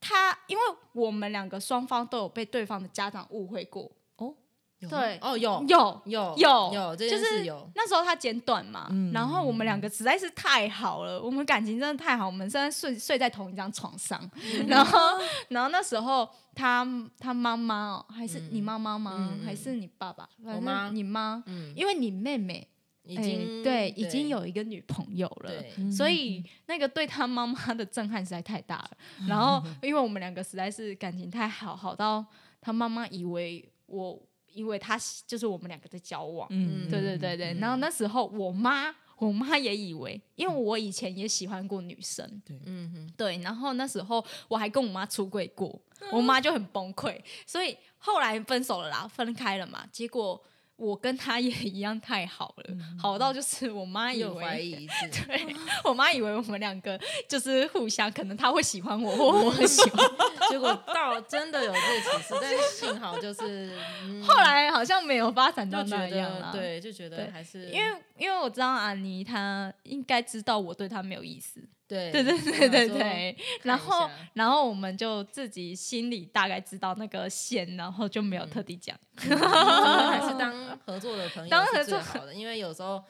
[SPEAKER 1] 他，因为我们两个双方都有被对方的家长误会过。
[SPEAKER 3] 哦
[SPEAKER 4] 有吗
[SPEAKER 1] 对
[SPEAKER 4] 哦，有
[SPEAKER 1] 有
[SPEAKER 4] 有
[SPEAKER 1] 有
[SPEAKER 4] 有这件
[SPEAKER 1] 就是
[SPEAKER 4] 事有，
[SPEAKER 1] 那时候他剪短嘛，
[SPEAKER 3] 嗯
[SPEAKER 1] 然后我们两个实在是太好了，我们感情真的太好，我们现在睡睡在同一张床上，然后然后那时候他他妈妈哦，还是
[SPEAKER 4] 嗯
[SPEAKER 1] 你妈妈吗？
[SPEAKER 4] 嗯嗯
[SPEAKER 1] 还是你爸爸？反
[SPEAKER 4] 我
[SPEAKER 1] 正
[SPEAKER 4] 妈
[SPEAKER 1] 你妈，
[SPEAKER 4] 嗯，
[SPEAKER 1] 因为你妹妹
[SPEAKER 4] 已
[SPEAKER 1] 哎
[SPEAKER 4] 经
[SPEAKER 1] 对已经有一个女朋友了，嗯
[SPEAKER 4] 对，
[SPEAKER 3] 嗯
[SPEAKER 4] 嗯
[SPEAKER 1] 所以那个对他妈妈的震撼实在太大 了。然后，因为我们两个实在是感情太好，好到他妈妈以为我，以为他喜就是我们两个在交往。
[SPEAKER 3] 嗯，
[SPEAKER 1] 对对对对。然后那时候我妈，我妈也以为，因
[SPEAKER 3] 嗯
[SPEAKER 1] 为我以前也喜欢过女生，
[SPEAKER 4] 嗯哼，
[SPEAKER 1] 对。然后那时候我还跟我妈出轨过，
[SPEAKER 3] 嗯
[SPEAKER 1] 我妈就很崩溃。所以后来分手了啦，分开了嘛。结果我跟她也一样太好了，
[SPEAKER 3] 嗯
[SPEAKER 1] 好到就是我妈以
[SPEAKER 4] 又
[SPEAKER 1] 为
[SPEAKER 4] 怀疑 一次，
[SPEAKER 1] 对我妈以为我们两个就是互相，可能她会喜欢我，或我会喜欢。
[SPEAKER 4] 结果到真的有这启示，但是幸好就是嗯
[SPEAKER 1] 后来好像没有发展到
[SPEAKER 4] 就
[SPEAKER 1] 那
[SPEAKER 4] 觉
[SPEAKER 1] 样啦
[SPEAKER 4] 得，对，就觉
[SPEAKER 1] 对
[SPEAKER 4] 得还是
[SPEAKER 1] 因为因为我知道阿妮她应该知道我对她没有意思，
[SPEAKER 4] 对
[SPEAKER 1] 对对对对，对。然后
[SPEAKER 4] 看一下
[SPEAKER 1] 然后我们就自己心里大概知道那个线，然后就没有特地讲。
[SPEAKER 4] 我觉得还是 当合作的朋友
[SPEAKER 1] 当合
[SPEAKER 4] 是
[SPEAKER 1] 作
[SPEAKER 4] 最好的，因为有时候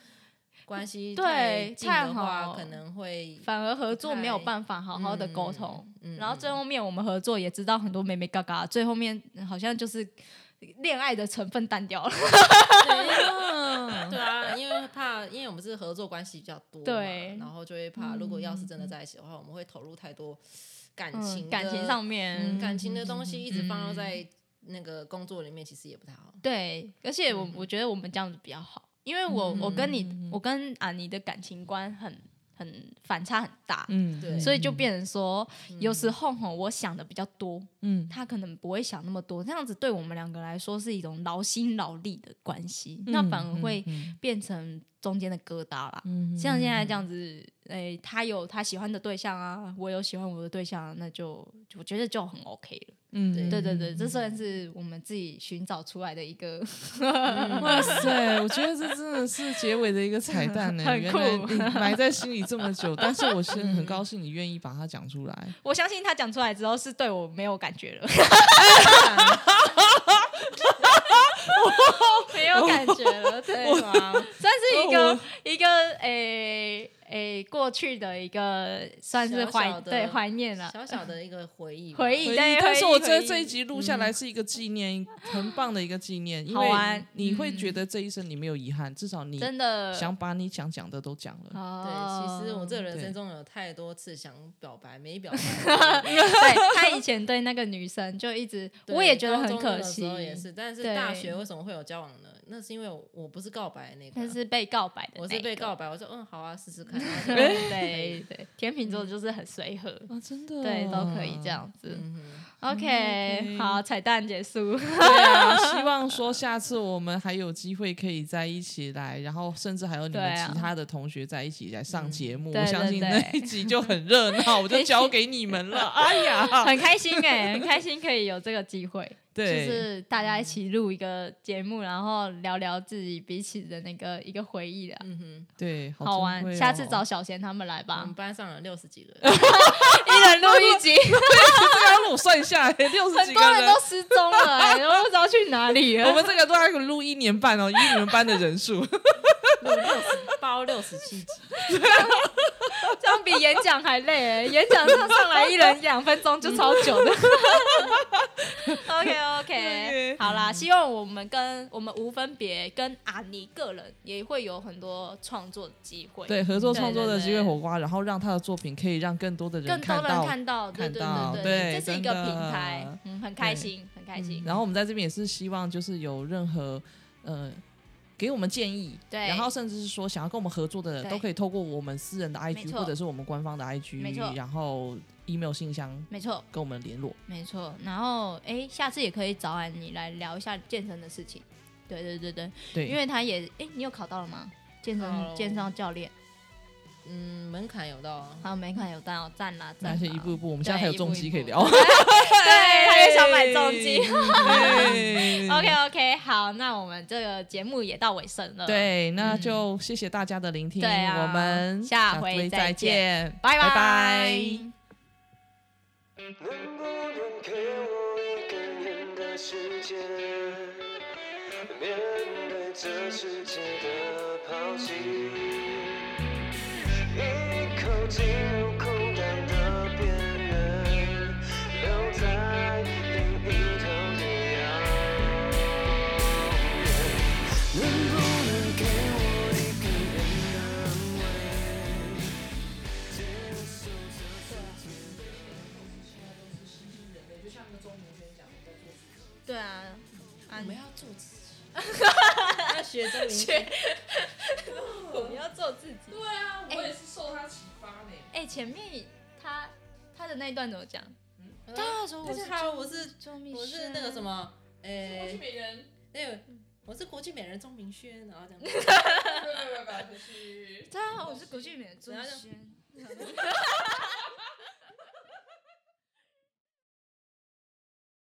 [SPEAKER 4] 关系
[SPEAKER 1] 对
[SPEAKER 4] 近的
[SPEAKER 1] 太
[SPEAKER 4] 话，
[SPEAKER 1] 好
[SPEAKER 4] 可能会
[SPEAKER 1] 反而合作没有
[SPEAKER 4] 太
[SPEAKER 1] 办法好好的沟
[SPEAKER 4] 嗯
[SPEAKER 1] 通，
[SPEAKER 4] 嗯
[SPEAKER 1] 然后
[SPEAKER 4] 嗯
[SPEAKER 1] 最后面我们合作也知道很多美美嘎嘎，最后面好像就是恋爱的成分淡掉了。
[SPEAKER 4] 嗯
[SPEAKER 1] 嗯
[SPEAKER 4] 对啊，因为怕，因为我们是合作关系比较多嘛，
[SPEAKER 1] 对嗯
[SPEAKER 4] 然后就会怕，如果要是真的在一起的话，我们会投入太多感情、嗯
[SPEAKER 1] 嗯、 感情上、面，嗯
[SPEAKER 4] 感情的东西，一直放到在那个工作里面，其实也不太好。
[SPEAKER 1] 对，而且我、我觉得我们这样子比较好，因为我、我跟你我跟阿妮的感情观很很反差很大，
[SPEAKER 3] 嗯，
[SPEAKER 4] 对
[SPEAKER 1] 所以就变成说，有时候吼我想的比较多，
[SPEAKER 3] 嗯
[SPEAKER 1] 他可能不会想那么多，这样子对我们两个来说是一种劳心劳力的关系，那反而会变成中间的疙瘩啦。
[SPEAKER 3] 嗯
[SPEAKER 1] 像现在这样子，诶、他有他喜欢的对象啊，我有喜欢我的对象啊、那就我觉得就很 OK 了。
[SPEAKER 3] 嗯，
[SPEAKER 1] 对 对对，这算是我们自己寻找出来的一个
[SPEAKER 3] 哇塞，我觉得这真的是结尾的一个彩 蛋呢、
[SPEAKER 1] 很
[SPEAKER 3] 原
[SPEAKER 1] 酷嗯
[SPEAKER 3] 来你 埋在心里这么久，但是我是很高兴你愿意把它讲出来。
[SPEAKER 1] 我相信他讲出来之后是对我没有感觉了， 没有感觉 了，对，哦
[SPEAKER 4] 对啊，
[SPEAKER 1] 算是一个一个诶诶过去的一个算是
[SPEAKER 4] 小
[SPEAKER 1] 怀
[SPEAKER 4] 小的
[SPEAKER 1] 对怀念了
[SPEAKER 4] 小小的一个回忆吧，
[SPEAKER 1] 回
[SPEAKER 3] 所
[SPEAKER 1] 忆，
[SPEAKER 3] 以
[SPEAKER 1] 对，
[SPEAKER 3] 但是
[SPEAKER 1] 回忆
[SPEAKER 3] 我觉得
[SPEAKER 1] 回忆
[SPEAKER 3] 这一集录下来是一个纪念，很棒的一个纪念，因
[SPEAKER 1] 嗯好
[SPEAKER 3] 为
[SPEAKER 1] 玩嗯
[SPEAKER 3] 你会觉得这一生你没有遗憾，至少你
[SPEAKER 1] 真的
[SPEAKER 3] 想把你想讲的都讲了。
[SPEAKER 1] 哦，
[SPEAKER 4] 对，其实我这个人
[SPEAKER 3] 对
[SPEAKER 4] 生中有太多次想表白没表 白
[SPEAKER 1] 对他以前对那个女生就一直，
[SPEAKER 4] 对
[SPEAKER 1] 我也觉得很
[SPEAKER 4] 高中
[SPEAKER 1] 可
[SPEAKER 4] 的时
[SPEAKER 1] 惜
[SPEAKER 4] 候，也是，但是
[SPEAKER 1] 对
[SPEAKER 4] 大学为什么会有交往呢？那是因为我我不是告白的那个
[SPEAKER 1] 但
[SPEAKER 4] 啊，
[SPEAKER 1] 是被告白的那
[SPEAKER 4] 我是被
[SPEAKER 1] 个
[SPEAKER 4] 告白，我说嗯好啊，试 试看。然后就
[SPEAKER 1] 对嗯对，天秤座就是很随和，
[SPEAKER 3] 啊，真的，
[SPEAKER 1] 嗯对，都可以这。样子。
[SPEAKER 4] 嗯
[SPEAKER 1] OK，
[SPEAKER 3] 嗯 OK
[SPEAKER 1] 好，彩蛋结 束。
[SPEAKER 3] 对啊，希望说下次我们还有机会可以在一起来，然后甚至还有你
[SPEAKER 1] 对
[SPEAKER 3] 们
[SPEAKER 1] 啊
[SPEAKER 3] 其他的同学在一起来上节目，
[SPEAKER 1] 对
[SPEAKER 3] 我相
[SPEAKER 1] 对
[SPEAKER 3] 信
[SPEAKER 1] 嗯对
[SPEAKER 3] 那一集就很热闹，我就交给你们 了。哎呀，
[SPEAKER 1] 很开心哎、很开心可以有这个机会，就
[SPEAKER 3] 对，
[SPEAKER 1] 是大家一起
[SPEAKER 3] 嗯
[SPEAKER 1] 录一个节目，然后聊聊自己彼此的那个一个回忆的，
[SPEAKER 4] 嗯哼，
[SPEAKER 3] 对，好
[SPEAKER 1] 好
[SPEAKER 3] 珍
[SPEAKER 1] 玩。
[SPEAKER 3] 贵
[SPEAKER 1] 下
[SPEAKER 3] 哦
[SPEAKER 1] 次 找小贤他们来
[SPEAKER 4] 我
[SPEAKER 1] 吧
[SPEAKER 3] 嗯
[SPEAKER 4] 们，班上有六十几个人，
[SPEAKER 1] 一人录一集，
[SPEAKER 3] 对啊，我算下来六十
[SPEAKER 1] 很
[SPEAKER 3] 几
[SPEAKER 1] 多
[SPEAKER 3] 个
[SPEAKER 1] 人
[SPEAKER 3] 人
[SPEAKER 1] 都。失踪了、哎都不知道去哪里
[SPEAKER 3] 我
[SPEAKER 1] 了。
[SPEAKER 3] 们这个都要录一年半哦，以你们班的人 数，
[SPEAKER 4] 录六十包六十七集，
[SPEAKER 1] 这样比演讲还累、哎演讲上上来一人两分钟就超久 的。OK OK，
[SPEAKER 3] OK
[SPEAKER 1] 好啦，希望我们跟我们无分别跟阿尼个人也会有很多创作的机会。
[SPEAKER 3] 对，合作创作的
[SPEAKER 1] 对对
[SPEAKER 3] 机会火花，然后让他的作品可以让更多的人
[SPEAKER 1] 更多
[SPEAKER 3] 看
[SPEAKER 1] 人
[SPEAKER 3] 到。
[SPEAKER 1] 看到，对
[SPEAKER 3] 看
[SPEAKER 1] 对
[SPEAKER 3] 到
[SPEAKER 1] 对
[SPEAKER 3] 对
[SPEAKER 1] 这是
[SPEAKER 3] 真
[SPEAKER 1] 一个
[SPEAKER 3] 的
[SPEAKER 1] 平台，嗯，很开心，很开心。
[SPEAKER 3] 然后我们在这边也是希望，就是有任何呃给我们建议，
[SPEAKER 1] 对
[SPEAKER 3] 然后甚至是说想要跟我们合作的人，
[SPEAKER 1] 对
[SPEAKER 3] 都可以透过我们私人的
[SPEAKER 1] 没
[SPEAKER 3] IG
[SPEAKER 1] 错
[SPEAKER 3] 或者是我们官方的
[SPEAKER 1] 没错
[SPEAKER 3] IG，然后 email 信箱
[SPEAKER 1] 没错，
[SPEAKER 3] 跟我们联络。
[SPEAKER 1] 没错。然后，哎，下次也可以找安你来聊一下健身的事情。对对对对，
[SPEAKER 3] 对，
[SPEAKER 1] 因为他也，哎，你有考到了吗？健
[SPEAKER 4] 考了
[SPEAKER 1] 身健身教练，
[SPEAKER 4] 嗯，门槛有到啊，
[SPEAKER 1] 好，每款有到，赞啦
[SPEAKER 3] 那
[SPEAKER 1] 赞
[SPEAKER 3] 些
[SPEAKER 1] 啦。
[SPEAKER 3] 一步一步，我们现在还有
[SPEAKER 1] 对一步
[SPEAKER 3] 重击
[SPEAKER 1] 一
[SPEAKER 3] 可以
[SPEAKER 1] 步
[SPEAKER 3] 聊。
[SPEAKER 1] 对，他也想买重机。
[SPEAKER 3] 对
[SPEAKER 1] OK OK，好，那我们这个节目也到尾声了。，
[SPEAKER 3] 对，那就谢谢大家的聆听，
[SPEAKER 1] 嗯对啊
[SPEAKER 3] 我们
[SPEAKER 1] 下回再
[SPEAKER 3] 再见，
[SPEAKER 1] 拜
[SPEAKER 3] 拜拜
[SPEAKER 1] 哎
[SPEAKER 2] 能不能给我一个人的时间？面对这世界的抛弃，一口进入空荡的边缘，留在另一头的遥远。能不能给我一个人的安慰？接受这世界。
[SPEAKER 1] 对啊，
[SPEAKER 4] 我们要做自己， 要学周明
[SPEAKER 1] 学我们要做自己。
[SPEAKER 3] 对啊，
[SPEAKER 1] 我也
[SPEAKER 3] 是受他启发呢。
[SPEAKER 1] 哎、前面他他的那一段怎么讲？
[SPEAKER 4] 大手我
[SPEAKER 1] 是
[SPEAKER 4] 是嗯他，我是我是那个什
[SPEAKER 1] 么，
[SPEAKER 4] 么，
[SPEAKER 1] 哎
[SPEAKER 4] 诶，
[SPEAKER 3] 美人，
[SPEAKER 4] 那个我是国际美人钟明轩，然后这样。
[SPEAKER 3] 拜拜拜拜，就是
[SPEAKER 1] 啊大家好，我是国际美的朱
[SPEAKER 4] 然后就
[SPEAKER 1] 轩。